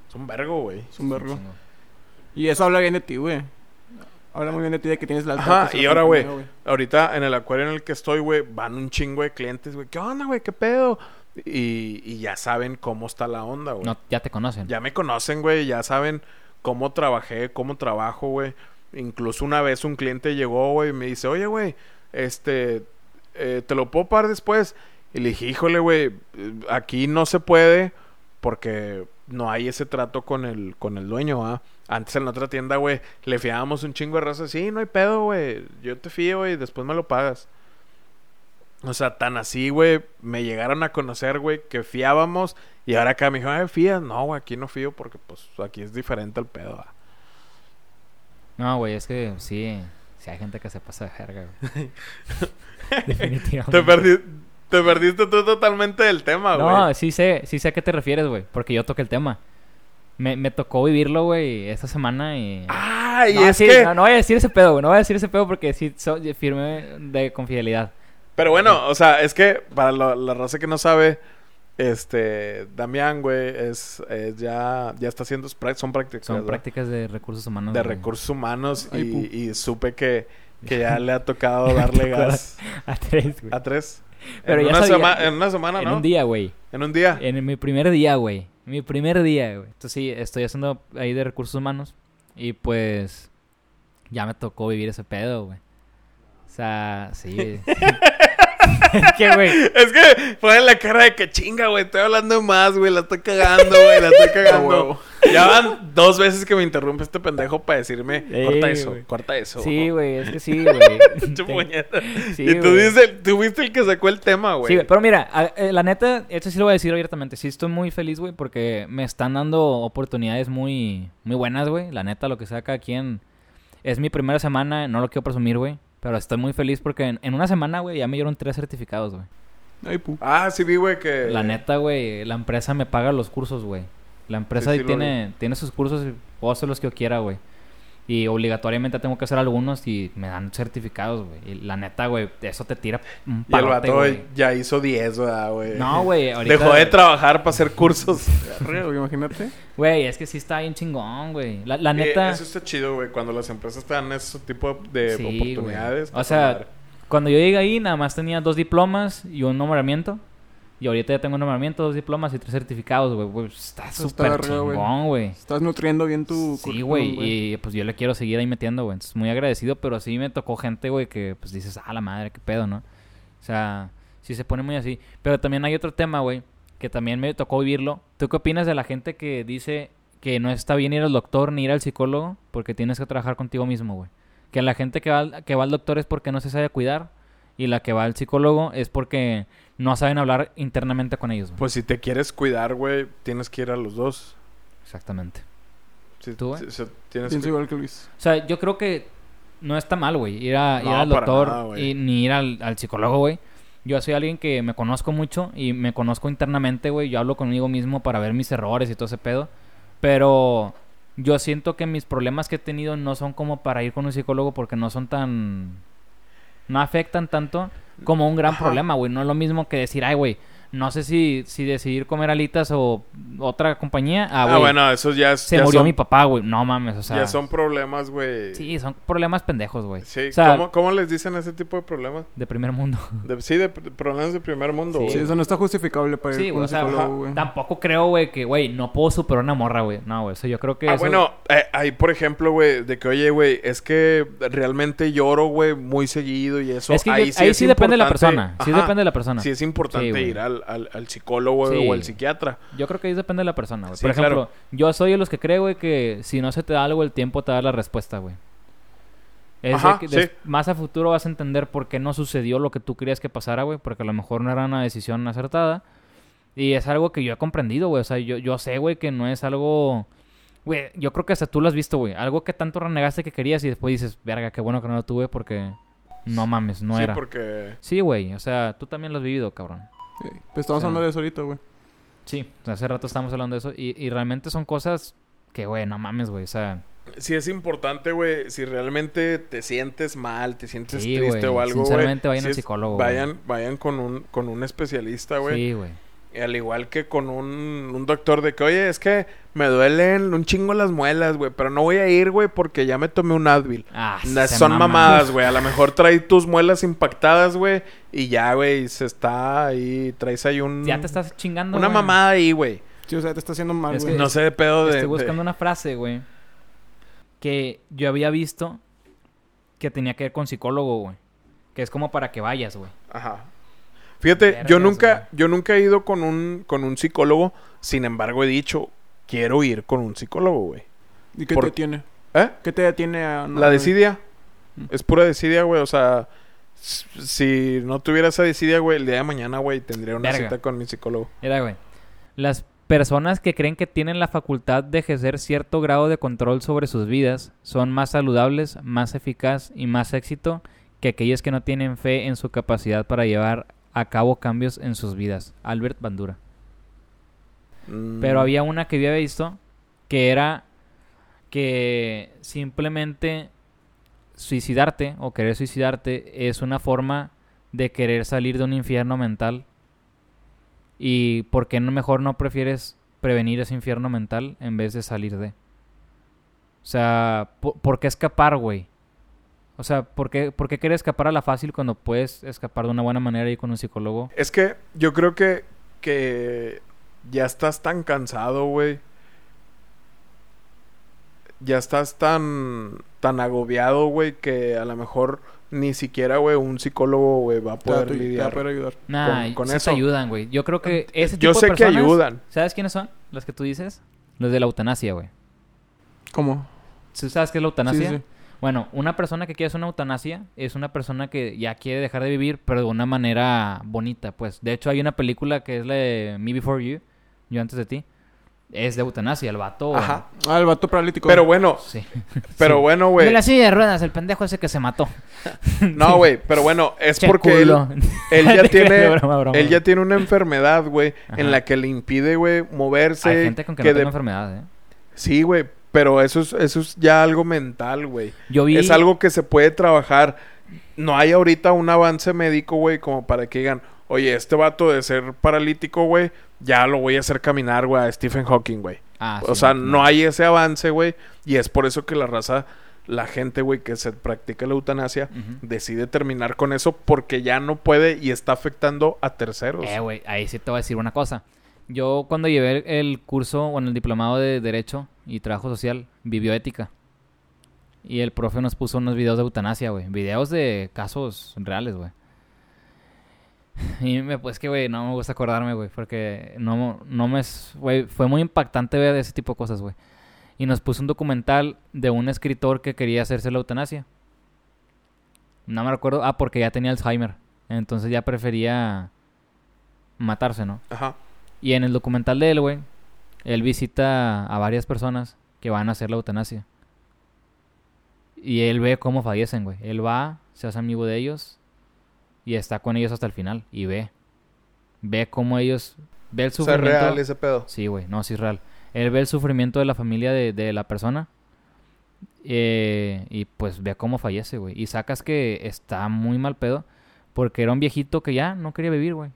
Speaker 2: Es un vergo, güey.
Speaker 3: Oh, Es un vergo.
Speaker 1: Chingo.
Speaker 3: Y eso habla bien de ti, güey. Habla muy bien de ti de que tienes la
Speaker 2: Ajá,
Speaker 3: que se
Speaker 2: y
Speaker 3: la
Speaker 2: ahora,
Speaker 3: gente
Speaker 2: güey,
Speaker 3: mueve,
Speaker 2: Ahorita en el acuario en el que estoy, güey, van un chingo de clientes, güey. ¿Qué onda, güey? ¿Qué pedo? Y, y ya saben cómo está la onda, güey.
Speaker 1: No, ya te conocen.
Speaker 2: Ya me conocen, güey, ya saben cómo trabajé, cómo trabajo, güey. Incluso una vez un cliente llegó, güey, y me dice, oye, güey, este, eh, te lo puedo pagar después. Y le dije, híjole, güey, eh, aquí no se puede porque no hay ese trato con el, con el dueño, ¿ah? Antes en la otra tienda, güey, le fiábamos un chingo de raza. Sí, no hay pedo, güey, yo te fío y después me lo pagas. O sea, tan así, güey, me llegaron a conocer, güey, que fiábamos y ahora acá me dijo, ay, fías. No, güey, aquí no fío porque, pues, aquí es diferente el pedo. ah.
Speaker 1: No, güey, es que sí. Sí hay gente que se pasa de verga, güey. Definitivamente.
Speaker 2: Te, perdi- te perdiste tú totalmente del tema, güey.
Speaker 1: No, sí sé, sí sé a qué te refieres, güey. Porque yo toqué el tema. Me, me tocó vivirlo, güey, esta semana y...
Speaker 2: Ah, y
Speaker 1: no,
Speaker 2: es
Speaker 1: sí,
Speaker 2: que...
Speaker 1: no, no voy a decir ese pedo, güey. No voy a decir ese pedo porque sí so- firme de confidelidad.
Speaker 2: Pero bueno, o sea, es que para lo- la raza que no sabe, este, Damián, güey, es, es ya, ya está haciendo, prac- son prácticas,
Speaker 1: Son
Speaker 2: ¿verdad?
Speaker 1: prácticas de recursos humanos.
Speaker 2: de
Speaker 1: güey.
Speaker 2: recursos humanos
Speaker 3: Ay, pu.
Speaker 2: y, y supe que, que ya le ha tocado darle gas
Speaker 1: A tres, güey.
Speaker 2: a tres.
Speaker 1: Pero
Speaker 2: en,
Speaker 1: ya
Speaker 2: una
Speaker 1: sabía-
Speaker 2: sema- en una semana,
Speaker 1: En
Speaker 2: ¿no?
Speaker 1: un día, güey.
Speaker 2: En un día.
Speaker 1: En mi primer día, güey. Mi primer día, güey. Entonces sí, estoy haciendo ahí de recursos humanos. Y pues ya me tocó vivir ese pedo, güey. O sea, sí. es que, güey.
Speaker 2: Es que ponen la cara de que chinga, güey. Estoy hablando más, güey. La estoy cagando, güey. La estoy cagando. ya van dos veces que me interrumpe este pendejo para decirme,
Speaker 1: Ey,
Speaker 2: corta eso,
Speaker 1: güey.
Speaker 2: corta eso.
Speaker 1: Sí, güey, es que sí, güey.
Speaker 2: Tu
Speaker 1: Tengo-
Speaker 2: puñeta.
Speaker 1: Sí,
Speaker 2: y tú,
Speaker 1: güey.
Speaker 2: dices, tú fuiste el que sacó el tema, güey.
Speaker 1: Sí, güey, pero mira, a- eh, la neta, esto sí lo voy a decir abiertamente. Sí, estoy muy feliz, güey, porque me están dando oportunidades muy, muy buenas, güey. La neta, lo que saca aquí en. Es mi primera semana, no lo quiero presumir, güey. Pero estoy muy feliz porque en, en una semana, güey, ya me dieron tres certificados, güey.
Speaker 3: güey. Ay, pu.
Speaker 2: Ah, sí vi, güey, que...
Speaker 1: La neta, güey, la empresa me paga los cursos, güey. La empresa
Speaker 2: Sí, sí, lo
Speaker 1: tiene, tiene sus cursos y puedo hacer los que yo quiera, güey. Y obligatoriamente tengo que hacer algunos y me dan certificados, güey. Y la neta, güey, eso te tira un
Speaker 2: Y el
Speaker 1: parote,
Speaker 2: vato
Speaker 1: güey.
Speaker 2: ya hizo 10, ¿verdad, güey.
Speaker 1: No, güey, ahorita...
Speaker 2: Dejó de trabajar para hacer cursos.
Speaker 3: Arre, güey, imagínate.
Speaker 1: Güey, es que sí está bien chingón, güey. La, la
Speaker 2: Eh,
Speaker 1: neta...
Speaker 2: eso está chido, güey. Cuando las empresas te dan ese tipo de
Speaker 1: Sí, güey.
Speaker 2: oportunidades.
Speaker 1: O sea, cuando yo llegué ahí, nada más tenía dos diplomas y un nombramiento. Y ahorita ya tengo un nombramiento, dos diplomas y tres certificados, güey. güey. Está
Speaker 3: Eso está
Speaker 1: súper
Speaker 3: verga, güey.
Speaker 1: chingón, güey.
Speaker 3: Estás nutriendo bien tu
Speaker 1: Sí,
Speaker 3: currículum,
Speaker 1: güey. Y pues yo le quiero seguir ahí metiendo, güey. Entonces, muy agradecido, pero sí me tocó gente, güey, que pues dices, ah, la madre, qué pedo, ¿no? O sea, sí se pone muy así. Pero también hay otro tema, güey, que también me tocó vivirlo. ¿Tú qué opinas de la gente que dice que no está bien ir al doctor ni ir al psicólogo porque tienes que trabajar contigo mismo, güey? Que la gente que va, al- que va al doctor es porque no se sabe cuidar y la que va al psicólogo es porque no saben hablar internamente con ellos, güey.
Speaker 2: Pues si te quieres cuidar, güey, tienes que ir a los dos.
Speaker 1: Exactamente.
Speaker 2: Sí,
Speaker 1: ¿Tú, güey?
Speaker 2: sí, sí, tienes
Speaker 3: Pienso
Speaker 2: que-
Speaker 3: igual que Luis.
Speaker 1: O sea, yo creo que no está mal, güey, ir, a- ir
Speaker 2: No,
Speaker 1: al
Speaker 2: para
Speaker 1: doctor
Speaker 2: nada, güey.
Speaker 1: y, ni ir al, al psicólogo, güey. Yo soy alguien que me conozco mucho y me conozco internamente, güey. Yo hablo conmigo mismo para ver mis errores y todo ese pedo. Pero yo siento que mis problemas que he tenido no son como para ir con un psicólogo porque no son tan... No afectan tanto como un gran
Speaker 2: Ajá.
Speaker 1: problema, güey. No es lo mismo que decir, ay, güey, no sé si, si decidir comer alitas o otra compañía. Ah,
Speaker 2: Ah,
Speaker 1: güey,
Speaker 2: bueno, eso ya es-
Speaker 1: se
Speaker 2: ya
Speaker 1: murió
Speaker 2: son,
Speaker 1: mi papá, güey. No mames, o sea...
Speaker 2: ya son problemas, güey. Sí.
Speaker 1: Sí, son problemas pendejos, güey. o sea,
Speaker 2: ¿cómo, cómo les dicen ese tipo de problemas?
Speaker 1: de primer mundo.
Speaker 2: De- sí, de pr- problemas de primer mundo,
Speaker 1: Sí.
Speaker 2: güey.
Speaker 3: Sí, eso no está justificable para
Speaker 1: Sí,
Speaker 3: ir con
Speaker 1: güey, o
Speaker 3: Pues, un
Speaker 1: sea,
Speaker 3: psicólogo, güey.
Speaker 1: Tampoco creo, güey, que, güey, no puedo superar una morra, güey. No, güey, eso yo creo que
Speaker 2: Ah,
Speaker 1: eso-
Speaker 2: bueno, eh, ahí por ejemplo, güey, de que, oye, güey, es que realmente lloro, güey, muy seguido y eso.
Speaker 1: Es que ahí sí, depende de la persona. Sí depende de la persona.
Speaker 2: Sí es importante
Speaker 1: Sí, güey.
Speaker 2: ir al, al, al psicólogo
Speaker 1: Sí.
Speaker 2: o al psiquiatra.
Speaker 1: Yo creo que ahí depende de la persona, güey.
Speaker 2: Sí,
Speaker 1: Por ejemplo,
Speaker 2: claro.
Speaker 1: yo soy de los que creo, güey, que si no se te da algo, el tiempo te da la respuesta, güey. Es de
Speaker 2: Ajá,
Speaker 1: que des-
Speaker 2: sí.
Speaker 1: más a futuro vas a entender por qué no sucedió lo que tú creías que pasara, güey, porque a lo mejor no era una decisión acertada. Y es algo que yo he comprendido, güey. O sea, yo, yo sé, güey, que no es algo... Güey, yo creo que hasta tú lo has visto, güey. Algo que tanto renegaste que querías y después dices, verga, qué bueno que no lo tuve porque... No mames, no
Speaker 2: sí,
Speaker 1: era.
Speaker 2: porque.
Speaker 1: Sí, güey. O sea, tú también lo has vivido, cabrón.
Speaker 3: Sí, Pues estamos
Speaker 1: sea,
Speaker 3: hablando de eso ahorita, güey.
Speaker 1: Sí, hace rato estábamos hablando de eso y, y realmente son cosas que, güey, no mames, güey. O sea,
Speaker 2: Sí es importante, güey, si realmente te sientes mal, te sientes
Speaker 1: Sí,
Speaker 2: triste
Speaker 1: güey.
Speaker 2: o algo, güey.
Speaker 1: Sinceramente, vayan
Speaker 2: sí
Speaker 1: al
Speaker 2: es-
Speaker 1: psicólogo, güey.
Speaker 2: Vayan, vayan con un, con un especialista, Ah, güey.
Speaker 1: sí, güey.
Speaker 2: Y Al igual que con un, un doctor de que, oye, es que me duelen un chingo las muelas, güey, pero no voy a ir, güey, porque ya me tomé un Advil.
Speaker 1: Ah,
Speaker 2: Na-
Speaker 1: se
Speaker 2: Son
Speaker 1: maman.
Speaker 2: mamadas, güey. A lo mejor trae tus muelas impactadas, güey, y ya, güey, se está ahí, traes ahí un...
Speaker 1: Ya te estás chingando.
Speaker 2: Una
Speaker 1: güey.
Speaker 2: mamada ahí, güey.
Speaker 3: Sí, o sea, te está haciendo mal,
Speaker 1: Es
Speaker 3: güey.
Speaker 1: que-
Speaker 2: No sé de pedo de...
Speaker 1: Estoy buscando
Speaker 2: de-
Speaker 1: una frase, güey. Que yo había visto que tenía que ver con psicólogo, güey. Que es como para que vayas, güey.
Speaker 2: Ajá. Fíjate, yo
Speaker 1: Vergas,
Speaker 2: nunca, yo nunca he ido con un, con un psicólogo, sin embargo he dicho, quiero ir con un psicólogo, güey.
Speaker 3: ¿Y qué
Speaker 2: por-
Speaker 3: te detiene?
Speaker 2: ¿Eh?
Speaker 3: ¿Qué te detiene a no-
Speaker 2: La desidia.
Speaker 3: Mm.
Speaker 2: Es pura desidia, güey. O sea, s- si no tuviera esa desidia, güey, el día de mañana, güey, tendría una
Speaker 1: Verga.
Speaker 2: cita con mi psicólogo.
Speaker 1: Mira, güey. Las personas que creen que tienen la facultad de ejercer cierto grado de control sobre sus vidas son más saludables, más eficaz y más éxito que aquellas que no tienen fe en su capacidad para llevar a cabo cambios en sus vidas. Albert Bandura.
Speaker 2: Mm.
Speaker 1: Pero había una que yo había visto que era que simplemente suicidarte o querer suicidarte es una forma de querer salir de un infierno mental. ¿Y por qué no mejor no prefieres prevenir ese infierno mental en vez de salir de? O sea, po- ¿por qué escapar, güey? O sea, ¿por qué, ¿por qué querer escapar a la fácil cuando puedes escapar de una buena manera y con un psicólogo?
Speaker 2: Es que yo creo que, que ya estás tan cansado, güey. Ya estás tan, tan agobiado, güey, que a lo mejor ni siquiera, güey, un psicólogo, güey, va a
Speaker 3: Te va a
Speaker 2: poder
Speaker 3: tu- te va a
Speaker 2: lidiar.
Speaker 3: poder ayudar.
Speaker 1: Nah,
Speaker 2: Con- con
Speaker 1: sí te
Speaker 2: eso.
Speaker 1: ayudan, güey. Yo creo que ese tipo
Speaker 2: Yo
Speaker 1: de
Speaker 2: sé que
Speaker 1: personas-
Speaker 2: ayudan.
Speaker 1: ¿Sabes quiénes son? Los que tú dices. Los de la eutanasia, güey.
Speaker 3: ¿Cómo?
Speaker 1: ¿Tú sabes qué es la
Speaker 3: Sí,
Speaker 1: eutanasia?
Speaker 3: sí, sí.
Speaker 1: Bueno, una persona que quiere hacer una eutanasia es una persona que ya quiere dejar de vivir, pero de una manera bonita, pues. De hecho, hay una película que es la de Me Before You, Yo Antes de Ti. Es de eutanasia, el vato. güey.
Speaker 2: Ajá.
Speaker 3: Ah, el vato paralítico.
Speaker 2: Pero bueno,
Speaker 1: Sí.
Speaker 2: pero
Speaker 1: Sí.
Speaker 2: bueno,
Speaker 1: De
Speaker 2: güey.
Speaker 1: la silla de ruedas, el pendejo ese que se mató.
Speaker 2: No, güey, pero bueno, es
Speaker 1: Che
Speaker 2: porque él,
Speaker 1: culo.
Speaker 2: él ya
Speaker 1: Te creas,
Speaker 2: tiene
Speaker 1: broma, broma,
Speaker 2: él ya
Speaker 1: broma.
Speaker 2: tiene una enfermedad, güey,
Speaker 1: Ajá.
Speaker 2: en la que le impide, güey, moverse.
Speaker 1: Hay gente con que,
Speaker 2: que
Speaker 1: no tiene
Speaker 2: de-
Speaker 1: enfermedades, ¿eh?
Speaker 2: Sí, güey, pero eso es eso es ya algo mental, güey.
Speaker 1: Yo vi...
Speaker 2: Es algo que se puede trabajar. No hay ahorita un avance médico, güey, como para que digan, "Oye, este vato de ser paralítico, güey, ya lo voy a hacer caminar, güey, a Stephen Hawking, güey."
Speaker 1: Ah,
Speaker 2: o
Speaker 1: sí,
Speaker 2: sea, no hay ese avance, güey, y es por eso que la raza la gente, güey, que se practica la eutanasia
Speaker 1: Ujú.
Speaker 2: decide terminar con eso porque ya no puede y está afectando a terceros.
Speaker 1: Eh, güey, ahí sí te voy a decir una cosa. Yo cuando llevé el- el curso, bueno, el diplomado de Derecho y Trabajo Social, vi bioética. Y el profe nos puso unos videos de eutanasia, güey. Videos de casos reales, güey. Y me, pues que, güey, no me gusta acordarme, güey, porque no, no me... es- Güey, fue muy impactante ver ese tipo de cosas, güey. Y nos puso un documental de un escritor que quería hacerse la eutanasia. No me recuerdo. Ah, porque ya tenía Alzheimer. Entonces ya prefería matarse, ¿no?
Speaker 2: Ajá.
Speaker 1: Y en el documental de él, güey, él visita a varias personas que van a hacer la eutanasia. Y él ve cómo fallecen, güey. Él va, se hace amigo de ellos y está con ellos hasta el final. Y ve. Ve cómo ellos... Ve el
Speaker 2: O sea, es
Speaker 1: sufrimiento.
Speaker 2: real ese pedo.
Speaker 1: Sí, güey, no, sí es real. Él ve el sufrimiento de la familia de, de la persona eh, y pues ve cómo fallece, güey. Y sacas que está muy mal pedo porque era un viejito que ya no quería vivir, güey.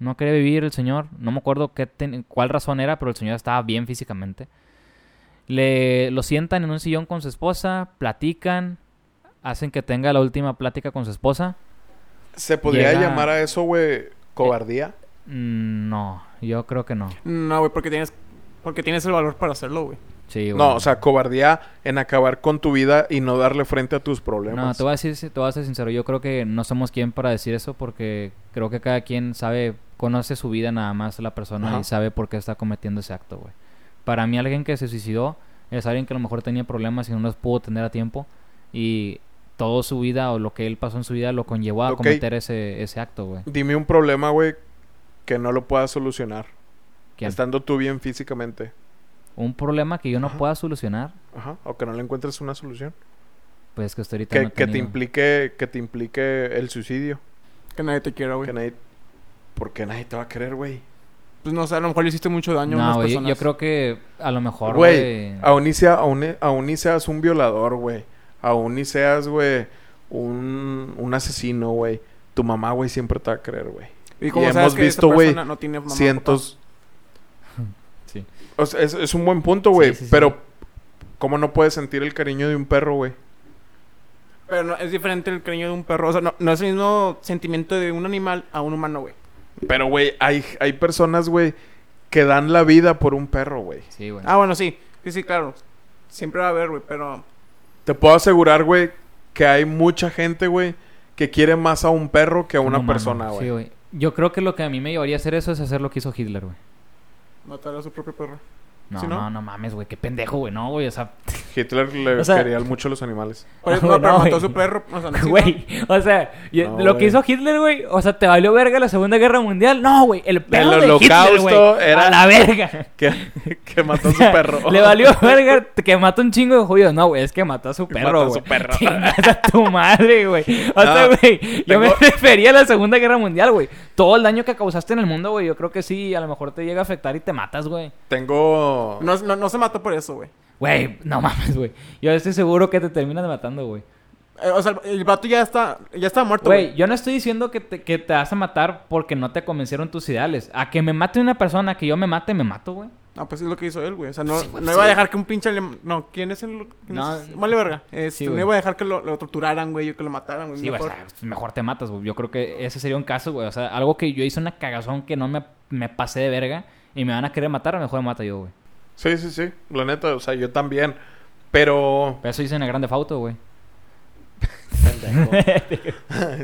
Speaker 1: No quería vivir el señor. No me acuerdo qué ten- cuál razón era, pero el señor estaba bien físicamente. Le, lo sientan en un sillón con su esposa, platican, hacen que tenga la última plática con su esposa.
Speaker 2: ¿Se podría
Speaker 1: Llega-
Speaker 2: llamar a eso, güey, cobardía?
Speaker 1: Mm, No, yo creo que no.
Speaker 3: No, güey, porque tienes... Porque tienes el valor para hacerlo, güey.
Speaker 1: Sí, güey.
Speaker 2: no, o sea, cobardía en acabar con tu vida y no darle frente a tus problemas.
Speaker 1: No, te voy a decir, te voy a ser sincero, yo creo que no somos quien para decir eso porque creo que cada quien sabe, conoce su vida nada más la persona
Speaker 2: Ajá.
Speaker 1: y sabe por qué está cometiendo ese acto, güey. Para mí alguien que se suicidó es alguien que a lo mejor tenía problemas y no los pudo tener a tiempo y toda su vida o lo que él pasó en su vida lo conllevó a
Speaker 2: Ok.
Speaker 1: cometer ese, ese acto, güey.
Speaker 2: Dime un problema, güey, que no lo puedas solucionar.
Speaker 1: ¿Quién?
Speaker 2: Estando tú bien físicamente.
Speaker 1: Un problema que yo no
Speaker 2: Ajá.
Speaker 1: pueda solucionar,
Speaker 2: Ajá. O que no le encuentres una solución.
Speaker 1: pues que hasta ahorita
Speaker 2: Que,
Speaker 1: no he
Speaker 2: que te
Speaker 1: tenido.
Speaker 2: implique, que te implique el suicidio.
Speaker 3: Que nadie te quiera, güey.
Speaker 2: Que nadie... Porque nadie te va a querer, güey.
Speaker 3: Pues no sé, a lo mejor le hiciste mucho daño a
Speaker 1: No,
Speaker 3: unas
Speaker 1: güey, yo-
Speaker 3: personas.
Speaker 1: yo creo que a lo mejor,
Speaker 2: Güey,
Speaker 1: güey.
Speaker 2: aún y, sea- aún, e- aún y seas un violador, güey. Aún y seas, güey, un, un asesino, güey. Tu mamá, güey, siempre te va a creer, güey.
Speaker 3: Y como
Speaker 2: y
Speaker 3: sabes
Speaker 2: hemos
Speaker 3: que esa
Speaker 2: visto, güey,
Speaker 3: persona no tiene mamá o
Speaker 2: Cientos.
Speaker 1: Sí.
Speaker 2: O sea, es, es un buen punto, güey.
Speaker 1: Sí, sí, sí.
Speaker 2: Pero, ¿cómo no puedes sentir el cariño de un perro, güey?
Speaker 3: papá. Pero no, es diferente el cariño de un perro. O sea, no, no es el mismo sentimiento de un animal a un humano, güey.
Speaker 2: Pero, güey, hay, hay personas, güey, que dan la vida por un perro, güey.
Speaker 1: Sí, güey.
Speaker 3: Ah, bueno, sí. Sí, sí, claro. Siempre va a haber, güey, pero...
Speaker 2: Te puedo asegurar, güey, que hay mucha gente, güey, que quiere más a un perro que a una
Speaker 1: No mames,
Speaker 2: persona,
Speaker 1: Sí,
Speaker 2: güey.
Speaker 1: güey. Yo creo que lo que a mí me llevaría a hacer eso es hacer lo que hizo Hitler, güey.
Speaker 3: Matar a su propio perro.
Speaker 1: No,
Speaker 3: ¿Sí, no?
Speaker 1: no? no, mames, güey. Qué pendejo, güey. No, güey. O sea,
Speaker 2: Hitler le
Speaker 1: O sea-
Speaker 2: quería mucho a los animales.
Speaker 3: Por eso,
Speaker 1: güey,
Speaker 3: no, pero
Speaker 1: no,
Speaker 3: mató a
Speaker 1: güey.
Speaker 3: su perro. O sea, no, sí,
Speaker 1: güey. O sea, yo-
Speaker 2: No,
Speaker 1: lo que
Speaker 2: güey.
Speaker 1: hizo Hitler, güey. O sea, te valió verga la Segunda Guerra Mundial. No, güey. El pedo de Hitler,
Speaker 2: holocausto
Speaker 1: güey.
Speaker 2: era-
Speaker 1: A la verga.
Speaker 2: Que, que mató a su
Speaker 1: O sea,
Speaker 2: perro.
Speaker 1: Le valió verga que mató un chingo de judíos. No, güey, es que mató a su perro,
Speaker 2: mató a
Speaker 1: güey.
Speaker 2: su perro.
Speaker 1: Chingas a tu madre, güey. O sea,
Speaker 2: No,
Speaker 1: güey, yo me
Speaker 2: tengo-
Speaker 1: refería a la Segunda Guerra Mundial, güey. Todo el daño que causaste en el mundo, güey, yo creo que sí, a lo mejor te llega a afectar y te matas, güey.
Speaker 2: Tengo.
Speaker 3: No, no, no se mató por eso, güey.
Speaker 1: Güey, no mames, güey. Yo estoy seguro que te terminas matando, güey.
Speaker 3: Eh, o sea, el, el vato ya está, ya está muerto,
Speaker 1: Güey,
Speaker 3: güey.
Speaker 1: yo no estoy diciendo que te, que te vas a matar porque no te convencieron tus ideales. A que me mate una persona, que yo me mate, me mato, güey.
Speaker 3: No, pues es lo que hizo él, güey. O sea, no,
Speaker 1: Sí, güey,
Speaker 3: no
Speaker 1: sí,
Speaker 3: iba a
Speaker 1: güey.
Speaker 3: dejar que un pinche alem- No, ¿quién es el...? quién
Speaker 1: No,
Speaker 3: es- Vale verga. Este,
Speaker 1: sí,
Speaker 3: no
Speaker 1: güey.
Speaker 3: iba a dejar que lo, lo torturaran, güey, o que lo mataran, güey.
Speaker 1: Sí, güey, o
Speaker 3: mejor.
Speaker 1: sea, mejor. te matas, güey. Yo creo que ese sería un caso, güey. O sea, algo que yo hice una cagazón que no me, me pasé de verga y me van a querer matar, mejor me mato yo, güey.
Speaker 2: Sí, sí, sí. La neta, o sea, yo también. Pero.
Speaker 1: Pero eso hice en el Grande Fauto, güey.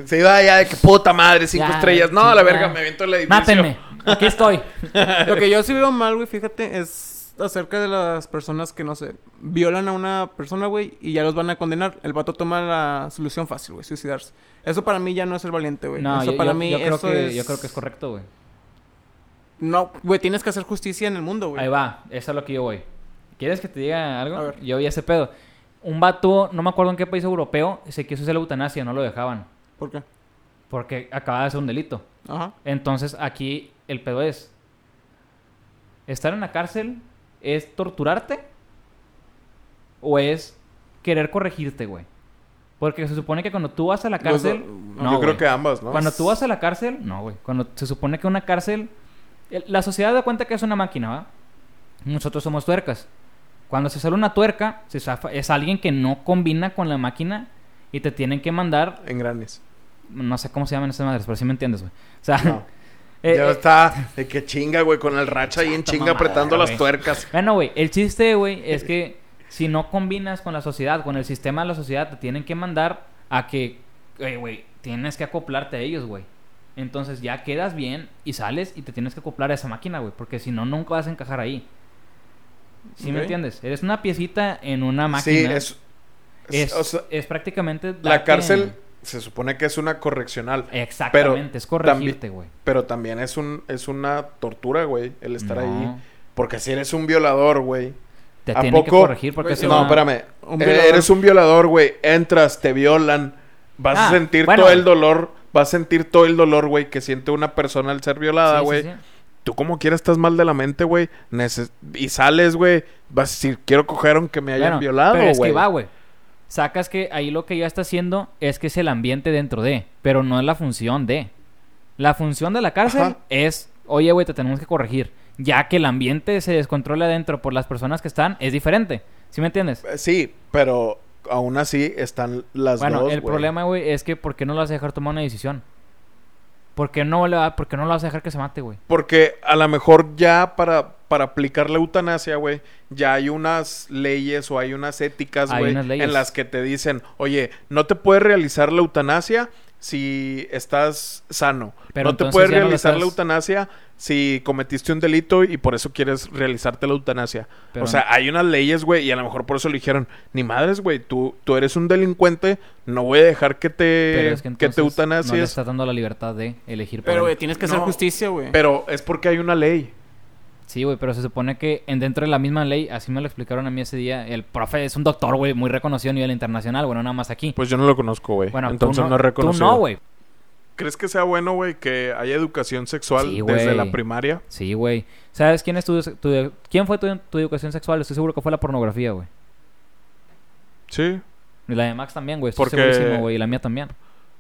Speaker 2: Se iba ya de que puta madre, cinco
Speaker 1: Ya,
Speaker 2: estrellas. No,
Speaker 1: sí,
Speaker 2: la verga,
Speaker 1: ya.
Speaker 2: me aviento el edificio.
Speaker 1: Mátenme, aquí estoy.
Speaker 3: Lo que yo sí veo mal, güey, fíjate, es acerca de las personas que, no sé, violan a una persona, güey, y ya los van a condenar. El vato toma la solución fácil, güey, suicidarse. Eso para mí ya no es el valiente, güey.
Speaker 1: No,
Speaker 3: eso
Speaker 1: yo,
Speaker 3: para
Speaker 1: yo-
Speaker 3: mí,
Speaker 1: yo creo
Speaker 3: eso
Speaker 1: que,
Speaker 3: es...
Speaker 1: yo creo que es correcto, güey.
Speaker 3: No, güey, tienes que hacer justicia en el mundo, güey.
Speaker 1: Ahí va, eso es lo que yo voy. ¿Quieres que te diga algo?
Speaker 3: Pues- A ver.
Speaker 1: Yo vi ese pedo. Un vato, no me acuerdo en qué país europeo, se quiso hacer la eutanasia, no lo dejaban.
Speaker 3: ¿Por qué?
Speaker 1: Porque acababa de ser un delito.
Speaker 3: Ajá.
Speaker 1: Entonces aquí el pedo es, ¿estar en la cárcel es torturarte? ¿O es querer corregirte, güey? Porque se supone que cuando tú vas a la
Speaker 3: Los do-
Speaker 1: cárcel...
Speaker 3: no,
Speaker 1: No,
Speaker 2: yo creo
Speaker 1: güey.
Speaker 2: que ambas, ¿no?
Speaker 1: Cuando tú vas a la cárcel, no, güey. Cuando se supone que una cárcel. el- La sociedad da cuenta que es una máquina, ¿va? Nosotros somos tuercas. Cuando se sale una tuerca, se zafa- es alguien que no combina con la máquina y te tienen que mandar.
Speaker 2: En granes.
Speaker 1: No sé cómo se llaman esas madres, pero sí me entiendes, güey. O sea.
Speaker 2: No.
Speaker 1: eh,
Speaker 2: ya
Speaker 1: eh,
Speaker 2: está de que chinga, güey, con el racha ahí en
Speaker 1: Chata
Speaker 2: chinga
Speaker 1: mamada,
Speaker 2: apretando las
Speaker 1: güey.
Speaker 2: tuercas.
Speaker 1: Bueno, güey, el chiste, güey, es que si no combinas con la sociedad, con el sistema de la sociedad, te tienen que mandar a que, "Ey, güey, tienes que acoplarte a ellos, güey. Entonces ya quedas bien y sales y te tienes que acoplar a esa máquina, güey, porque si no, nunca vas a encajar ahí. ¿Sí me
Speaker 3: Ok.
Speaker 1: entiendes? Eres una piecita en una
Speaker 2: Sí,
Speaker 1: máquina.
Speaker 2: es.
Speaker 1: es,
Speaker 2: es- o sea,
Speaker 1: es prácticamente...
Speaker 2: la
Speaker 1: darte-
Speaker 2: cárcel se supone que es una correccional.
Speaker 1: Exactamente, es corregirte, güey.
Speaker 2: Pero también es, un, es una tortura, güey, el estar ahí.
Speaker 1: No,
Speaker 2: Porque si eres un violador, güey.
Speaker 1: Te
Speaker 2: ¿A
Speaker 1: tienen que
Speaker 2: poco?
Speaker 1: corregir porque
Speaker 3: Güey,
Speaker 1: es
Speaker 3: sí,
Speaker 2: No,
Speaker 1: una-
Speaker 2: espérame.
Speaker 3: Un
Speaker 2: Eh,
Speaker 3: violador.
Speaker 2: Eres un violador, güey. Entras, te violan. Vas
Speaker 1: Ah,
Speaker 2: a sentir
Speaker 1: bueno.
Speaker 2: todo el dolor. Vas a sentir todo el dolor, güey, que siente una persona al ser
Speaker 1: Sí,
Speaker 2: violada,
Speaker 1: sí,
Speaker 2: güey.
Speaker 1: sí.
Speaker 2: Tú como quieras estás mal de la mente, güey. Neces- y sales, güey. Vas a decir, quiero coger aunque me hayan
Speaker 1: Bueno,
Speaker 2: violado,
Speaker 1: Pero
Speaker 2: güey.
Speaker 1: es que va, güey. Sacas que ahí lo que ya está haciendo es que es el ambiente dentro de, pero no es la función de. La función de la cárcel
Speaker 2: Ajá.
Speaker 1: es, oye, güey, te tenemos que corregir. Ya que el ambiente se descontrola adentro por las personas que están, es diferente. ¿Sí me entiendes?
Speaker 2: Eh, Sí, pero aún así están las
Speaker 1: bueno,
Speaker 2: dos,
Speaker 1: el
Speaker 2: güey.
Speaker 1: problema, güey, es que ¿por qué no lo vas a dejar tomar una decisión? ¿Por qué no, le va- por qué no lo vas a dejar que se mate, güey?
Speaker 2: Porque a lo mejor ya para, para aplicar la eutanasia, güey, ya hay unas leyes o hay unas éticas,
Speaker 1: Hay
Speaker 2: güey,
Speaker 1: unas leyes.
Speaker 2: en las que te dicen, oye, no te puedes realizar la eutanasia si estás sano.
Speaker 1: Pero
Speaker 2: no te
Speaker 1: entonces
Speaker 2: puedes
Speaker 1: ya no lo
Speaker 2: realizar la
Speaker 1: estás-
Speaker 2: eutanasia si cometiste un delito y por eso quieres realizarte la eutanasia.
Speaker 1: Pero-
Speaker 2: o sea, hay unas leyes, güey, y a lo mejor por eso le dijeron, ni madres, güey, tú, tú eres un delincuente, no voy a dejar que te,
Speaker 1: Pero es que
Speaker 2: eh, que,
Speaker 1: entonces
Speaker 2: te
Speaker 1: no le
Speaker 2: eutanasies.
Speaker 1: estás dando la libertad de elegir. por
Speaker 3: Pero,
Speaker 1: él.
Speaker 3: güey, tienes que hacer
Speaker 2: No.
Speaker 3: justicia, güey.
Speaker 2: Pero es porque hay una ley.
Speaker 1: Sí, güey, pero se supone que en dentro de la misma ley, así me lo explicaron a mí ese día, el profe es un doctor, güey, muy reconocido a nivel internacional, bueno, nada más aquí.
Speaker 2: Pues yo no pues lo conozco, güey.
Speaker 1: bueno, tú
Speaker 2: Entonces no,
Speaker 1: tú
Speaker 2: es reconocido.
Speaker 1: no, güey.
Speaker 2: ¿Crees que sea bueno, güey, que haya educación sexual
Speaker 1: Sí,
Speaker 2: desde
Speaker 1: güey.
Speaker 2: la primaria?
Speaker 1: Sí, güey. ¿Sabes quién, es tu, tu- quién fue tu, tu educación sexual? Estoy seguro que fue la pornografía, güey.
Speaker 2: Sí.
Speaker 1: Y la de Max también, güey. Estoy
Speaker 2: Porque-
Speaker 1: segurísimo, güey. Y la mía también.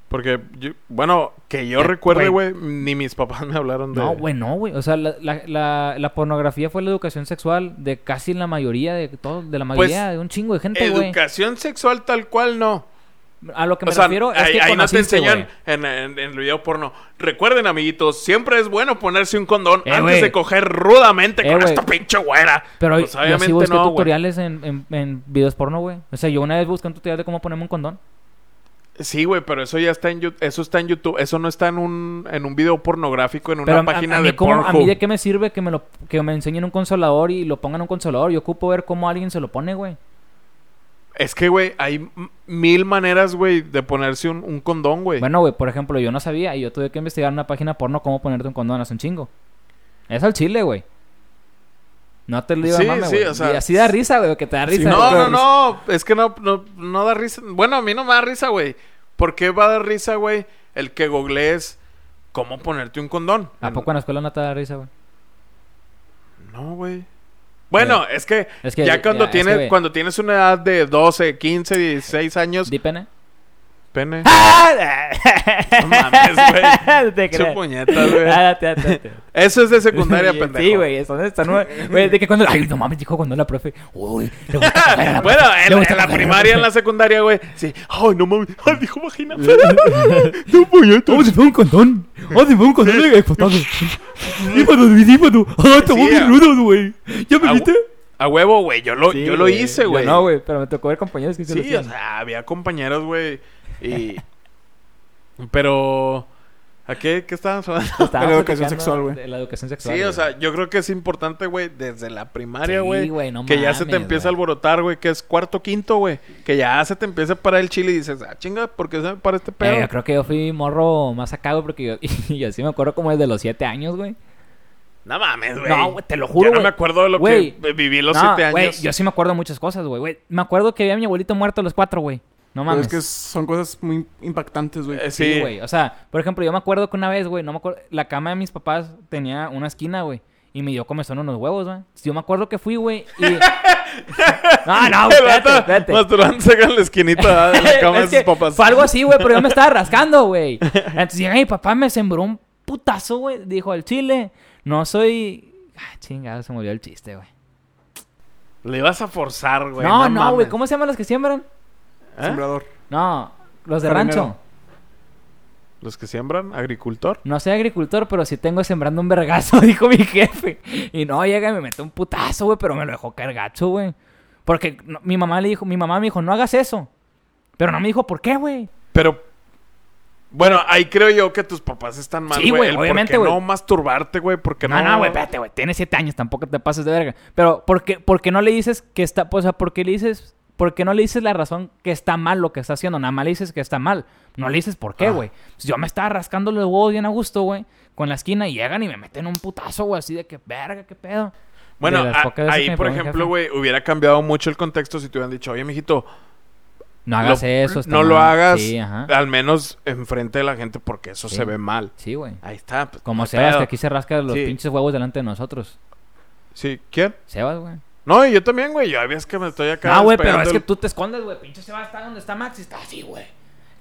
Speaker 2: Porque, yo- bueno, que yo
Speaker 1: Eh,
Speaker 2: recuerde, güey, ni mis papás me hablaron de...
Speaker 1: No, güey, no, güey. O sea, la, la, la, la pornografía fue la educación sexual de casi la mayoría de todos, de la
Speaker 2: Pues,
Speaker 1: mayoría, de un chingo de gente, güey.
Speaker 2: Educación sexual tal cual no.
Speaker 1: A lo que me
Speaker 2: o sea,
Speaker 1: refiero es
Speaker 2: ahí,
Speaker 1: que
Speaker 2: ahí no te
Speaker 1: conociste,
Speaker 2: enseñan
Speaker 1: güey.
Speaker 2: en, en- en el video porno. Recuerden, amiguitos, siempre es bueno ponerse un condón
Speaker 1: Eh,
Speaker 2: antes
Speaker 1: güey.
Speaker 2: de coger rudamente
Speaker 1: Eh,
Speaker 2: con
Speaker 1: güey.
Speaker 2: esta pinche güera.
Speaker 1: Pero
Speaker 2: Pues,
Speaker 1: yo este sí busqué
Speaker 2: güey.
Speaker 1: tutoriales en, en, en videos porno, güey. O sea, yo una vez busqué un tutorial de cómo ponerme un condón.
Speaker 2: Sí, güey, pero eso ya está en YouTube. Eso está en YouTube. Eso no está en un, en un video pornográfico, en una
Speaker 1: Pero a- a-
Speaker 2: página
Speaker 1: a, mí
Speaker 2: de
Speaker 1: cómo-
Speaker 2: porno.
Speaker 1: a mí de qué me sirve que me, lo, que me enseñen un consolador y lo pongan en un consolador. Yo ocupo ver cómo alguien se lo pone, güey.
Speaker 2: Es que, güey, hay m- mil maneras, güey, de ponerse un, un condón, güey.
Speaker 1: Bueno, güey, por ejemplo, yo no sabía y yo tuve que investigar en una página porno cómo ponerte un condón hace un chingo. Es al chile, güey. No te lo digo,
Speaker 2: Sí,
Speaker 1: de mame,
Speaker 2: sí,
Speaker 1: güey.
Speaker 2: o sea,
Speaker 1: Y así da risa, güey, que te da
Speaker 2: Sí,
Speaker 1: risa.
Speaker 2: no,
Speaker 1: güey.
Speaker 2: no, no. Es que no, no, no da risa. Bueno, a mí no me da risa, güey. ¿Por qué va a dar risa, güey? El que googlees cómo ponerte un condón.
Speaker 1: ¿A poco en la escuela no te da risa, güey?
Speaker 2: No, güey. Bueno, es que,
Speaker 1: Eh, Es que-
Speaker 2: ya cuando
Speaker 1: ya, es
Speaker 2: tienes
Speaker 1: que, güey.
Speaker 2: cuando tienes una edad de 12, 15, 16 años,
Speaker 1: ¿Di ¡Ah! pene?
Speaker 2: pene.
Speaker 1: No
Speaker 2: mames, güey.
Speaker 1: te
Speaker 2: Su
Speaker 1: creas.
Speaker 2: puñeta,
Speaker 1: Ah,
Speaker 2: güey.
Speaker 1: date, date, date.
Speaker 2: Eso es de secundaria, pendejo.
Speaker 1: Sí, güey, eso no está nueve. Güey, de que cuando. Ay, no mames, dijo cuando la profe. Uy, le gusta coger a la
Speaker 2: Bueno,
Speaker 1: profe,
Speaker 2: en,
Speaker 1: le
Speaker 2: en
Speaker 1: gusta
Speaker 2: la
Speaker 1: coger a
Speaker 2: primaria, en
Speaker 1: profe.
Speaker 2: la secundaria, güey. Sí. Ay, no mames. Ay, dijo vagina. No, puñeta.
Speaker 1: Oh, se fue un condón. Oh, se fue un condón de expotado. Dímalo, güey, dímano. Ah, te voy
Speaker 2: Sí,
Speaker 1: bien
Speaker 2: a-
Speaker 1: rudo, güey. ¿Ya me
Speaker 2: a-
Speaker 1: viste?
Speaker 2: A huevo, güey. Yo lo, yo lo hice,
Speaker 1: Yo
Speaker 2: güey.
Speaker 1: No, güey, pero me tocó ver compañeros que se lo
Speaker 2: Sí, o
Speaker 1: hacían.
Speaker 2: sea, había compañeros, güey. Y. Pero. ¿A qué, qué estábamos hablando?
Speaker 1: Estábamos
Speaker 3: la educación
Speaker 1: platicando
Speaker 3: sexual, güey.
Speaker 1: de La educación sexual.
Speaker 2: Sí, o
Speaker 1: güey.
Speaker 2: sea, yo creo que es importante, güey, desde la primaria,
Speaker 1: Sí,
Speaker 2: güey.
Speaker 1: güey, no
Speaker 2: que ya se te
Speaker 1: mames,
Speaker 2: empieza a
Speaker 1: güey.
Speaker 2: alborotar, güey, que es cuarto, quinto, güey. Que ya se te empieza para el chile y dices, ah, chinga, ¿por qué se me para este pedo?
Speaker 1: Eh, yo creo que yo fui morro más acá, güey, porque yo, y así me acuerdo como desde los 7 años, güey.
Speaker 2: No mames, güey.
Speaker 1: No, güey, te lo juro,
Speaker 2: Yo no
Speaker 1: güey.
Speaker 2: me acuerdo de lo
Speaker 1: Güey.
Speaker 2: que viví los
Speaker 1: No,
Speaker 2: siete
Speaker 1: güey,
Speaker 2: años.
Speaker 1: yo sí me acuerdo muchas cosas, güey, güey. Me acuerdo que vi a mi abuelito muerto a los cuatro, güey. No
Speaker 3: Pero
Speaker 1: mames.
Speaker 3: es que son cosas muy impactantes, güey.
Speaker 2: Eh, sí,
Speaker 1: Sí, güey. O sea, por ejemplo, yo me acuerdo que una vez, güey, no me acuerdo. La cama de mis papás tenía una esquina, güey. Y me dio comezón unos huevos, güey. Yo me acuerdo que fui, güey. Y... no, no, güey,
Speaker 2: El
Speaker 1: espérate,
Speaker 2: vato
Speaker 1: espérate.
Speaker 2: masturbándose en la esquinita de la cama
Speaker 1: Es
Speaker 2: de sus
Speaker 1: que
Speaker 2: papás.
Speaker 1: Fue algo así, güey, pero yo me estaba rascando, güey. Entonces llega mi papá, me sembró un putazo, güey. Dijo al chile, no soy. Ah, chingado, se murió el chiste, güey.
Speaker 2: Le vas a forzar, güey.
Speaker 1: No, no, güey.
Speaker 2: mames.
Speaker 1: ¿Cómo se llaman los que siembran?
Speaker 2: ¿Eh?
Speaker 3: Sembrador.
Speaker 1: No, los de
Speaker 3: Jardinero.
Speaker 1: rancho.
Speaker 2: ¿Los que siembran? ¿Agricultor?
Speaker 1: No soy agricultor, pero sí tengo sembrando un vergazo, dijo mi jefe. Y no, llega y me mete un putazo, güey, pero me lo dejó cargacho, güey. Porque no- mi mamá le dijo, mi mamá me dijo, no hagas eso. Pero no me dijo, ¿por qué, güey?
Speaker 2: Pero. Bueno, ahí creo yo que tus papás están mal,
Speaker 1: Sí,
Speaker 2: güey.
Speaker 1: güey,
Speaker 2: El
Speaker 1: obviamente,
Speaker 2: ¿Por qué no
Speaker 1: güey.
Speaker 2: masturbarte, güey? Porque
Speaker 1: No, no, güey, espérate, güey. Tienes siete años, tampoco te pases de verga. Pero, ¿por qué, por qué no le dices que está, o sea, por qué le dices, por qué no le dices la razón que está mal lo que está haciendo? Nada más le dices que está mal. No le dices por qué,
Speaker 2: Ah.
Speaker 1: güey. Pues yo me estaba rascando los huevos bien a gusto, güey, con la esquina y llegan y me meten un putazo, güey, así de que verga, qué pedo.
Speaker 2: Bueno,
Speaker 1: De las
Speaker 2: a-
Speaker 1: pocas veces que
Speaker 2: ahí,
Speaker 1: me
Speaker 2: por
Speaker 1: pegó mi
Speaker 2: ejemplo,
Speaker 1: jefe.
Speaker 2: güey, hubiera cambiado mucho el contexto si te hubieran dicho, oye, mijito,
Speaker 1: No hagas
Speaker 2: lo-
Speaker 1: eso. está
Speaker 2: no lo
Speaker 1: mal".
Speaker 2: hagas
Speaker 1: Sí, ajá.
Speaker 2: al menos enfrente de la gente porque eso
Speaker 1: Sí.
Speaker 2: se ve mal.
Speaker 1: Sí, güey.
Speaker 2: Ahí está. pues, no
Speaker 1: Como
Speaker 2: hay
Speaker 1: Sebas,
Speaker 2: pedo.
Speaker 1: que aquí se rasca los
Speaker 2: Sí.
Speaker 1: pinches huevos delante de nosotros.
Speaker 2: Sí, ¿quién?
Speaker 1: Sebas, güey.
Speaker 2: No, y yo también, güey. Yo habías que me estoy acá.
Speaker 1: No, güey, pero es
Speaker 2: despegando
Speaker 1: que
Speaker 2: el-
Speaker 1: tú te escondes, güey. Pinche Sebas está donde está Max y está así, güey.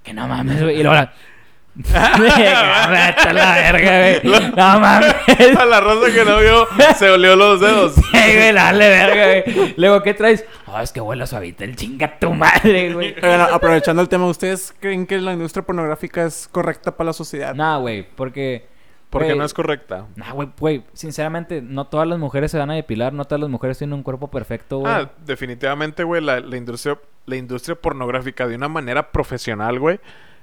Speaker 1: Que no mames, güey. Y luego la... Vete a la verga, güey. No mames.
Speaker 2: A la rosa que no vio, se olió los dedos.
Speaker 1: Ey, güey, dale verga, güey. Luego, ¿qué traes? Ah, es que huele a suavitel. Chinga tu madre, güey.
Speaker 3: Oigan, aprovechando el tema, ¿ustedes creen que la industria pornográfica es correcta para la sociedad?
Speaker 1: No, güey, porque...
Speaker 2: Porque
Speaker 1: güey,
Speaker 2: no es correcta.
Speaker 1: Nah, güey, güey, sinceramente, no todas las mujeres se van a depilar, no todas las mujeres tienen un cuerpo perfecto, güey.
Speaker 2: Ah, definitivamente, güey, la, la industria, la industria pornográfica de una manera profesional, güey,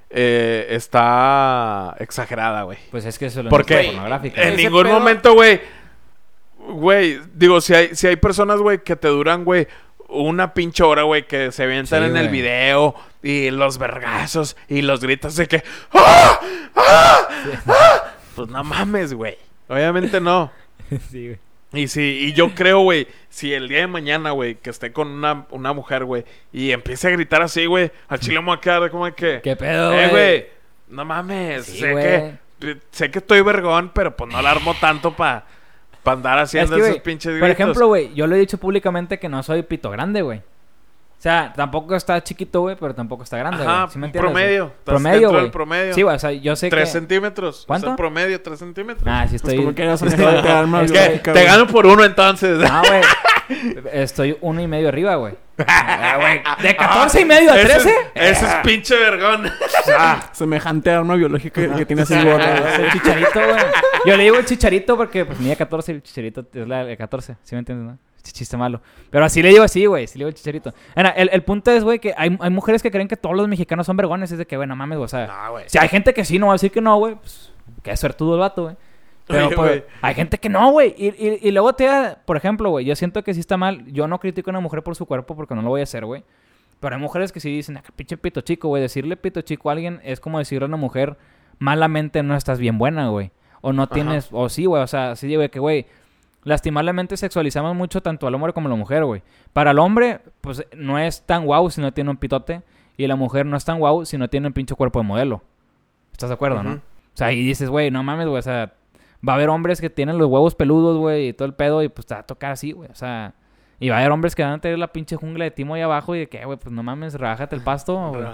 Speaker 2: eh, está exagerada, güey.
Speaker 1: Pues es que eso es lo
Speaker 2: Porque
Speaker 1: industria pornográfica.
Speaker 2: en
Speaker 1: güey.
Speaker 3: Ese
Speaker 2: ningún
Speaker 3: pedo-
Speaker 2: momento, güey, güey, digo, si hay, si hay personas, güey, que te duran, güey, una pinche hora, güey, que se avientan
Speaker 1: Sí,
Speaker 2: en el
Speaker 1: güey.
Speaker 2: video y los vergazos y los gritos de que ¡Ah! ¡Ah! ¡Ah! Pues no mames, güey. Obviamente no.
Speaker 1: Sí, güey.
Speaker 2: Y sí, y yo creo, güey, si el día de mañana, güey, que esté con una, una mujer, güey, y empiece a gritar así, güey, al chile me voy a quedar como de que...
Speaker 1: ¿Qué pedo,
Speaker 2: eh,
Speaker 1: güey?
Speaker 2: güey. No mames,
Speaker 1: Sí,
Speaker 2: sé
Speaker 1: güey.
Speaker 2: que sé que estoy vergón, pero pues no la armo tanto para andar
Speaker 1: Es
Speaker 2: haciendo
Speaker 1: que,
Speaker 2: esos
Speaker 1: güey,
Speaker 2: pinches
Speaker 1: Por
Speaker 2: gritos.
Speaker 1: ejemplo, güey, yo le he dicho públicamente que no soy pito grande, güey. O sea, tampoco está chiquito, güey, pero tampoco está grande, güey.
Speaker 2: Ajá,
Speaker 1: ¿Sí me entiendes, güey?
Speaker 2: promedio. Estás
Speaker 1: Promedio,
Speaker 2: dentro
Speaker 1: güey.
Speaker 2: del promedio.
Speaker 1: Sí, güey, o sea, yo sé
Speaker 2: Tres
Speaker 1: que...
Speaker 2: centímetros. O sea,
Speaker 1: ¿Cuánto?
Speaker 2: promedio, tres centímetros.
Speaker 1: Nah, sí
Speaker 3: Pues
Speaker 1: estoy...
Speaker 3: como que eras un ejemplo de arma
Speaker 1: Es que
Speaker 2: ¿Qué?
Speaker 3: biológica,
Speaker 2: Te
Speaker 3: güey.
Speaker 2: gano por uno entonces.
Speaker 1: No, güey. Estoy uno y medio arriba, güey. Ah, güey. De 14 y medio a Ah.
Speaker 2: Ese-
Speaker 1: 13.
Speaker 2: Ese es pinche vergón.
Speaker 3: Semejante arma biológica que, que tienes el gordo, güey.
Speaker 1: Soy chicharito, güey. Yo le digo el chicharito porque pues mide 14 y el chicharito es la de 14. ¿Sí me entiendes, no? Ch- Chiste malo. Pero así le digo así, güey. Sí le digo el chicharito. Ahora, el, el punto es, güey, que hay, hay mujeres que creen que todos los mexicanos son vergones. Es de que, güey, no mames, güey. O sea,
Speaker 2: No, güey.
Speaker 1: si hay gente que sí, no va a decir que no, güey. Pues, qué suertudo el vato, güey. Pero
Speaker 2: Oye,
Speaker 1: pues,
Speaker 2: güey.
Speaker 1: hay gente que no, güey. Y, y, y luego te da, por ejemplo, güey, yo siento que sí está mal. Yo no critico a una mujer por su cuerpo porque no lo voy a hacer, güey. Pero hay mujeres que sí dicen, ah, qué pinche pito chico, güey. Decirle pito chico a alguien es como decirle a una mujer, malamente no estás bien buena, güey. O no tienes, o sí, güey. O sea, sí, güey, que, güey, lastimablemente sexualizamos mucho tanto al hombre como a la mujer, güey. Para el hombre, pues no es tan guau si no tiene un pitote. Y la mujer no es tan guau si no tiene un pinche cuerpo de modelo. ¿Estás de acuerdo, no?
Speaker 2: Ujú.
Speaker 1: O sea, y dices, güey, no mames, güey. O sea, va a haber hombres que tienen los huevos peludos, güey, y todo el pedo, y pues te va a tocar así, güey. O sea, y va a haber hombres que van a tener la pinche jungla de timo ahí abajo y de que, güey, pues no mames, relájate el pasto. güey.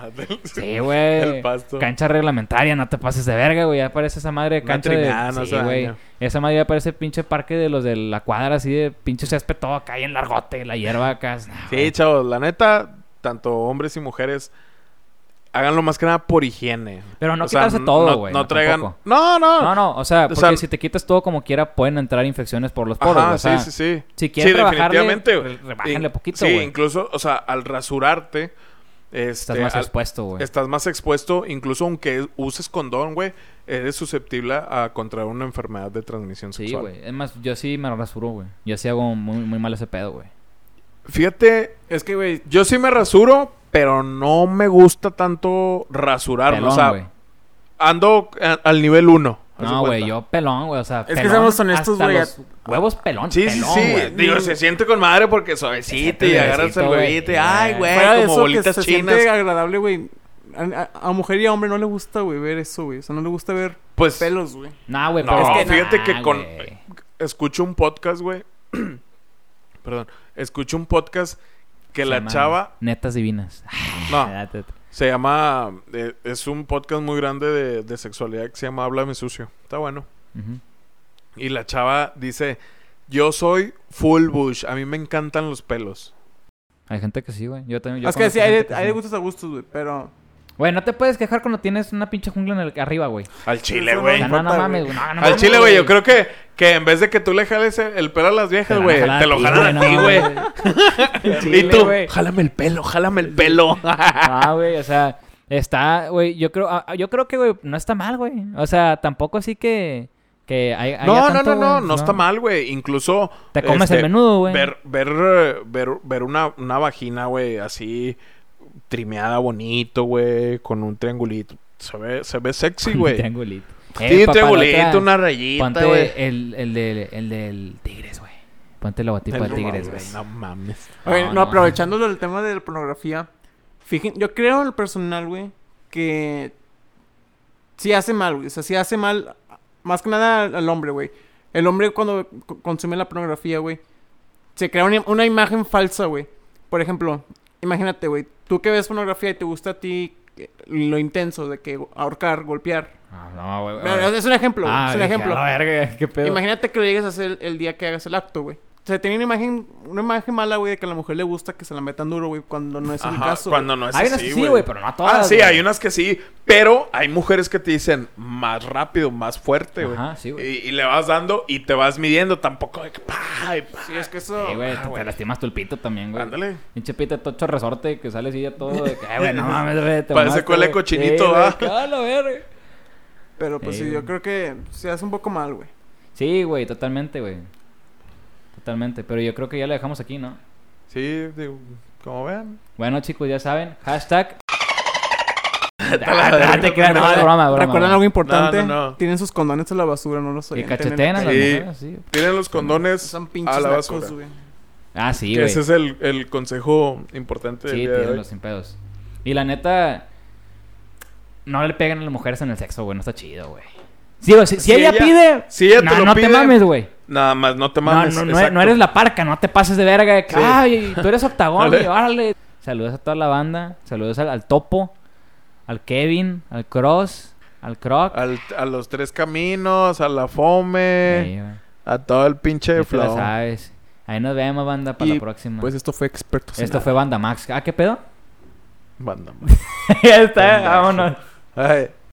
Speaker 1: Sí, güey.
Speaker 2: El pasto.
Speaker 1: Cancha reglamentaria, no te pases de verga, güey. Ya parece esa madre de
Speaker 2: Una
Speaker 1: cancha de...
Speaker 2: trinada, no
Speaker 1: sí,
Speaker 2: se
Speaker 1: güey.
Speaker 2: daña.
Speaker 1: Esa madre ya parece pinche parque de los de la cuadra, así de pinche césped todo acá y en largote, la hierba acá. No,
Speaker 2: Sí,
Speaker 1: güey.
Speaker 2: chavos, la neta, tanto hombres y mujeres, háganlo más que nada por higiene.
Speaker 1: Pero no
Speaker 2: O sea,
Speaker 1: quitarse todo,
Speaker 2: no-
Speaker 1: güey,
Speaker 2: No,
Speaker 1: no,
Speaker 2: traigan.
Speaker 1: tampoco.
Speaker 2: No, no.
Speaker 1: No, no, o sea,
Speaker 2: O
Speaker 1: porque
Speaker 2: sea-
Speaker 1: si te quitas todo como quiera pueden entrar infecciones por los poros,
Speaker 2: Ajá,
Speaker 1: güey. o sea,
Speaker 2: sí, sí, sí.
Speaker 1: si quieren
Speaker 2: sí,
Speaker 1: rebajarle,
Speaker 2: definitivamente. güey.
Speaker 1: re- rebájenle
Speaker 2: Y-
Speaker 1: poquito,
Speaker 2: Sí,
Speaker 1: güey.
Speaker 2: incluso, o sea, al rasurarte, este,
Speaker 1: estás más
Speaker 2: al-
Speaker 1: expuesto, güey.
Speaker 2: estás más expuesto, incluso aunque uses condón, güey, eres susceptible a contraer una enfermedad de transmisión
Speaker 1: Sí,
Speaker 2: sexual.
Speaker 1: güey. Es más, yo sí me rasuro, güey. Yo sí hago muy, muy mal ese pedo, güey.
Speaker 2: Fíjate,
Speaker 3: Es que, güey,
Speaker 2: yo sí me rasuro, pero no me gusta tanto rasurarme.
Speaker 1: Pelón,
Speaker 2: o sea,
Speaker 1: güey.
Speaker 2: ando a- al nivel 1.
Speaker 1: No, güey, yo pelón, güey. O sea,
Speaker 3: que
Speaker 1: pelón
Speaker 3: seamos honestos,
Speaker 1: hasta
Speaker 3: güey,
Speaker 1: los Huevos pelón,
Speaker 2: Sí, sí,
Speaker 1: pelón,
Speaker 2: sí.
Speaker 1: güey.
Speaker 2: Digo, se siente con madre porque
Speaker 1: siente
Speaker 2: suavecito y agarras
Speaker 1: suavecito,
Speaker 2: el
Speaker 1: güey.
Speaker 2: huevito y, ay, güey,
Speaker 3: fuera de
Speaker 2: como
Speaker 3: eso que
Speaker 2: bolitas
Speaker 3: se
Speaker 2: chinas.
Speaker 3: siente agradable, güey. A, a- a mujer y a hombre no le gusta, güey, ver eso, güey. O sea, no le gusta ver
Speaker 2: Pues
Speaker 3: pelos, güey.
Speaker 1: No, güey,
Speaker 2: No,
Speaker 1: pero
Speaker 2: es que fíjate que con-
Speaker 1: güey.
Speaker 2: escucho un podcast, güey. Perdón. Escucho un podcast que
Speaker 1: Se
Speaker 2: la
Speaker 1: llama
Speaker 2: chava.
Speaker 1: Netas divinas.
Speaker 2: No,
Speaker 1: Ah, te- te-
Speaker 2: se llama. eh, es un podcast muy grande de, de sexualidad que se llama Háblame sucio. Está bueno.
Speaker 1: ujú.
Speaker 2: Y la chava dice: Yo soy full bush. A mí me encantan los pelos.
Speaker 1: Hay gente que sí, güey. Yo también. yo
Speaker 3: es que
Speaker 1: conozco
Speaker 3: sí, hay
Speaker 1: gente
Speaker 3: de,
Speaker 1: que
Speaker 3: hay
Speaker 1: sí.
Speaker 3: de gustos a gustos, güey. Pero
Speaker 1: Güey, no te puedes quejar cuando tienes una pinche jungla en el arriba, güey.
Speaker 2: Al chile,
Speaker 1: O
Speaker 3: Eso no
Speaker 2: güey.
Speaker 1: sea, no, no
Speaker 3: importa,
Speaker 1: mames, güey.
Speaker 3: güey.
Speaker 1: No, no
Speaker 2: Al
Speaker 1: mames,
Speaker 2: chile, güey. Yo creo que, que en vez de que tú le jales el el pelo a las
Speaker 1: Te
Speaker 2: viejas,
Speaker 1: van a
Speaker 2: güey,
Speaker 1: jalar
Speaker 2: te lo
Speaker 1: ti,
Speaker 2: jalan a ti,
Speaker 1: no,
Speaker 2: güey.
Speaker 1: Chile,
Speaker 2: y tú,
Speaker 1: güey.
Speaker 2: jálame el pelo, jálame el pelo.
Speaker 1: Ah, güey, o sea, está, güey, yo creo, ah, yo creo que, güey, no está mal, güey. O sea, tampoco así que, que hay, haya
Speaker 2: No, no,
Speaker 1: tanto,
Speaker 2: no, no,
Speaker 1: güey,
Speaker 2: no está mal, güey. Incluso.
Speaker 1: Te comes
Speaker 2: este,
Speaker 1: el menudo, güey.
Speaker 2: Ver, ver, eh, ver, ver una, una vagina, güey, así trimeada bonito, güey, con un triangulito. Se ve, se ve sexy,
Speaker 1: Un
Speaker 2: güey.
Speaker 1: triangulito.
Speaker 2: Sí,
Speaker 1: Eh,
Speaker 2: un
Speaker 1: papá, la
Speaker 2: triangulito,
Speaker 1: otra,
Speaker 2: una rayita, güey.
Speaker 1: Ponte este, el, el, del, el del Tigres, güey. Ponte el logotipo
Speaker 2: No
Speaker 1: de Tigres, güey.
Speaker 2: mames, No mames.
Speaker 3: Oye,
Speaker 1: Ah, No,
Speaker 3: no,
Speaker 1: no.
Speaker 3: aprovechando lo del tema de la pornografía, fijen, yo creo en lo personal, güey, que sí hace mal, güey. O sea, sí hace mal, más que nada al al hombre, güey. El hombre cuando co- consume la pornografía, güey, se crea una, una imagen falsa, güey. Por ejemplo, imagínate, güey, tú que ves pornografía y te gusta a ti que- lo intenso de que ahorcar, golpear.
Speaker 1: Ah, no, güey. Ah,
Speaker 3: Pero es un ejemplo, güey, es un
Speaker 1: dije,
Speaker 3: ejemplo.
Speaker 1: a la verga, qué pedo.
Speaker 3: Imagínate que lo llegues a hacer el día que hagas el acto, güey. O sea, tenía una imagen, una imagen mala, güey, de que a la mujer le gusta que se la metan duro, güey, cuando no es el
Speaker 2: Ajá,
Speaker 3: caso.
Speaker 2: cuando no es
Speaker 1: Hay unas que
Speaker 2: así,
Speaker 1: sí, güey, pero no todas.
Speaker 2: Ah, sí,
Speaker 1: güey.
Speaker 2: hay unas que sí, pero hay mujeres que te dicen más rápido, más fuerte, güey.
Speaker 1: Ajá, sí, güey.
Speaker 2: Y, y le vas dando y te vas midiendo tampoco de que pa, y pa.
Speaker 3: güey. Sí, es que eso.
Speaker 1: Sí, güey, te- te
Speaker 2: güey.
Speaker 1: lastimas tu el pito también, güey.
Speaker 2: Ándale.
Speaker 1: Pinche pito tocho resorte que sale así ya todo de que, ay, güey, no mames, güey, te
Speaker 2: Parece
Speaker 1: mamaste,
Speaker 2: cola de
Speaker 1: güey.
Speaker 2: cochinito,
Speaker 1: Sí,
Speaker 2: ¿va?
Speaker 1: güey, que, a la verga.
Speaker 3: Pero pues
Speaker 1: Sí,
Speaker 3: sí,
Speaker 1: güey.
Speaker 3: yo creo que se hace un poco mal, güey.
Speaker 1: Sí, güey, totalmente, güey. Totalmente, pero yo creo que ya la dejamos aquí, ¿no?
Speaker 2: Sí, digo, como vean.
Speaker 1: Bueno, chicos, ya saben, hashtag...
Speaker 2: la verga.
Speaker 1: Ah, te creas, no, es broma, es broma,
Speaker 3: ¿Recuerdan
Speaker 1: güey.
Speaker 3: algo importante?
Speaker 2: No, no, no.
Speaker 3: Tienen sus condones en la basura, no los
Speaker 1: Que
Speaker 3: oyen.
Speaker 1: cacheteen a las
Speaker 2: Sí.
Speaker 1: mujeres, sí.
Speaker 2: Tienen los condones
Speaker 3: Son
Speaker 2: a
Speaker 3: pinches
Speaker 2: la
Speaker 3: lacos,
Speaker 2: basura.
Speaker 3: güey.
Speaker 1: Ah, sí,
Speaker 2: Que
Speaker 1: güey.
Speaker 2: ese es el, el consejo importante del
Speaker 1: Sí,
Speaker 2: día de hoy.
Speaker 1: tírenlos sin pedos. Y la neta, no le pegan a las mujeres en el sexo, güey. No está chido, güey. Sí, güey, si, si
Speaker 2: Si
Speaker 1: ella,
Speaker 2: ella-
Speaker 1: pide,
Speaker 2: si ella te
Speaker 1: no,
Speaker 2: lo
Speaker 1: no
Speaker 2: pide,
Speaker 1: te mames, güey.
Speaker 2: Nada más, no te
Speaker 1: No,
Speaker 2: mames.
Speaker 1: no, no, no eres la parca, no te pases de verga. de que,
Speaker 2: Sí.
Speaker 1: Ay, tú eres octagón,
Speaker 2: Vale.
Speaker 1: y órale. Saludos a toda la banda. Saludos al, al Topo, al Kevin, al Cross, al Croc.
Speaker 2: Al- a los tres caminos, a la fome,
Speaker 1: Sí, güey.
Speaker 2: a todo el pinche
Speaker 1: Ya te la
Speaker 2: flow.
Speaker 1: sabes. Ahí nos vemos, banda, para
Speaker 3: Y,
Speaker 1: la próxima.
Speaker 3: Pues esto fue Expertos en
Speaker 1: Esto fue Banda Max. Ah, ¿qué pedo?
Speaker 2: Banda.
Speaker 1: ya está, vámonos.
Speaker 2: Ay.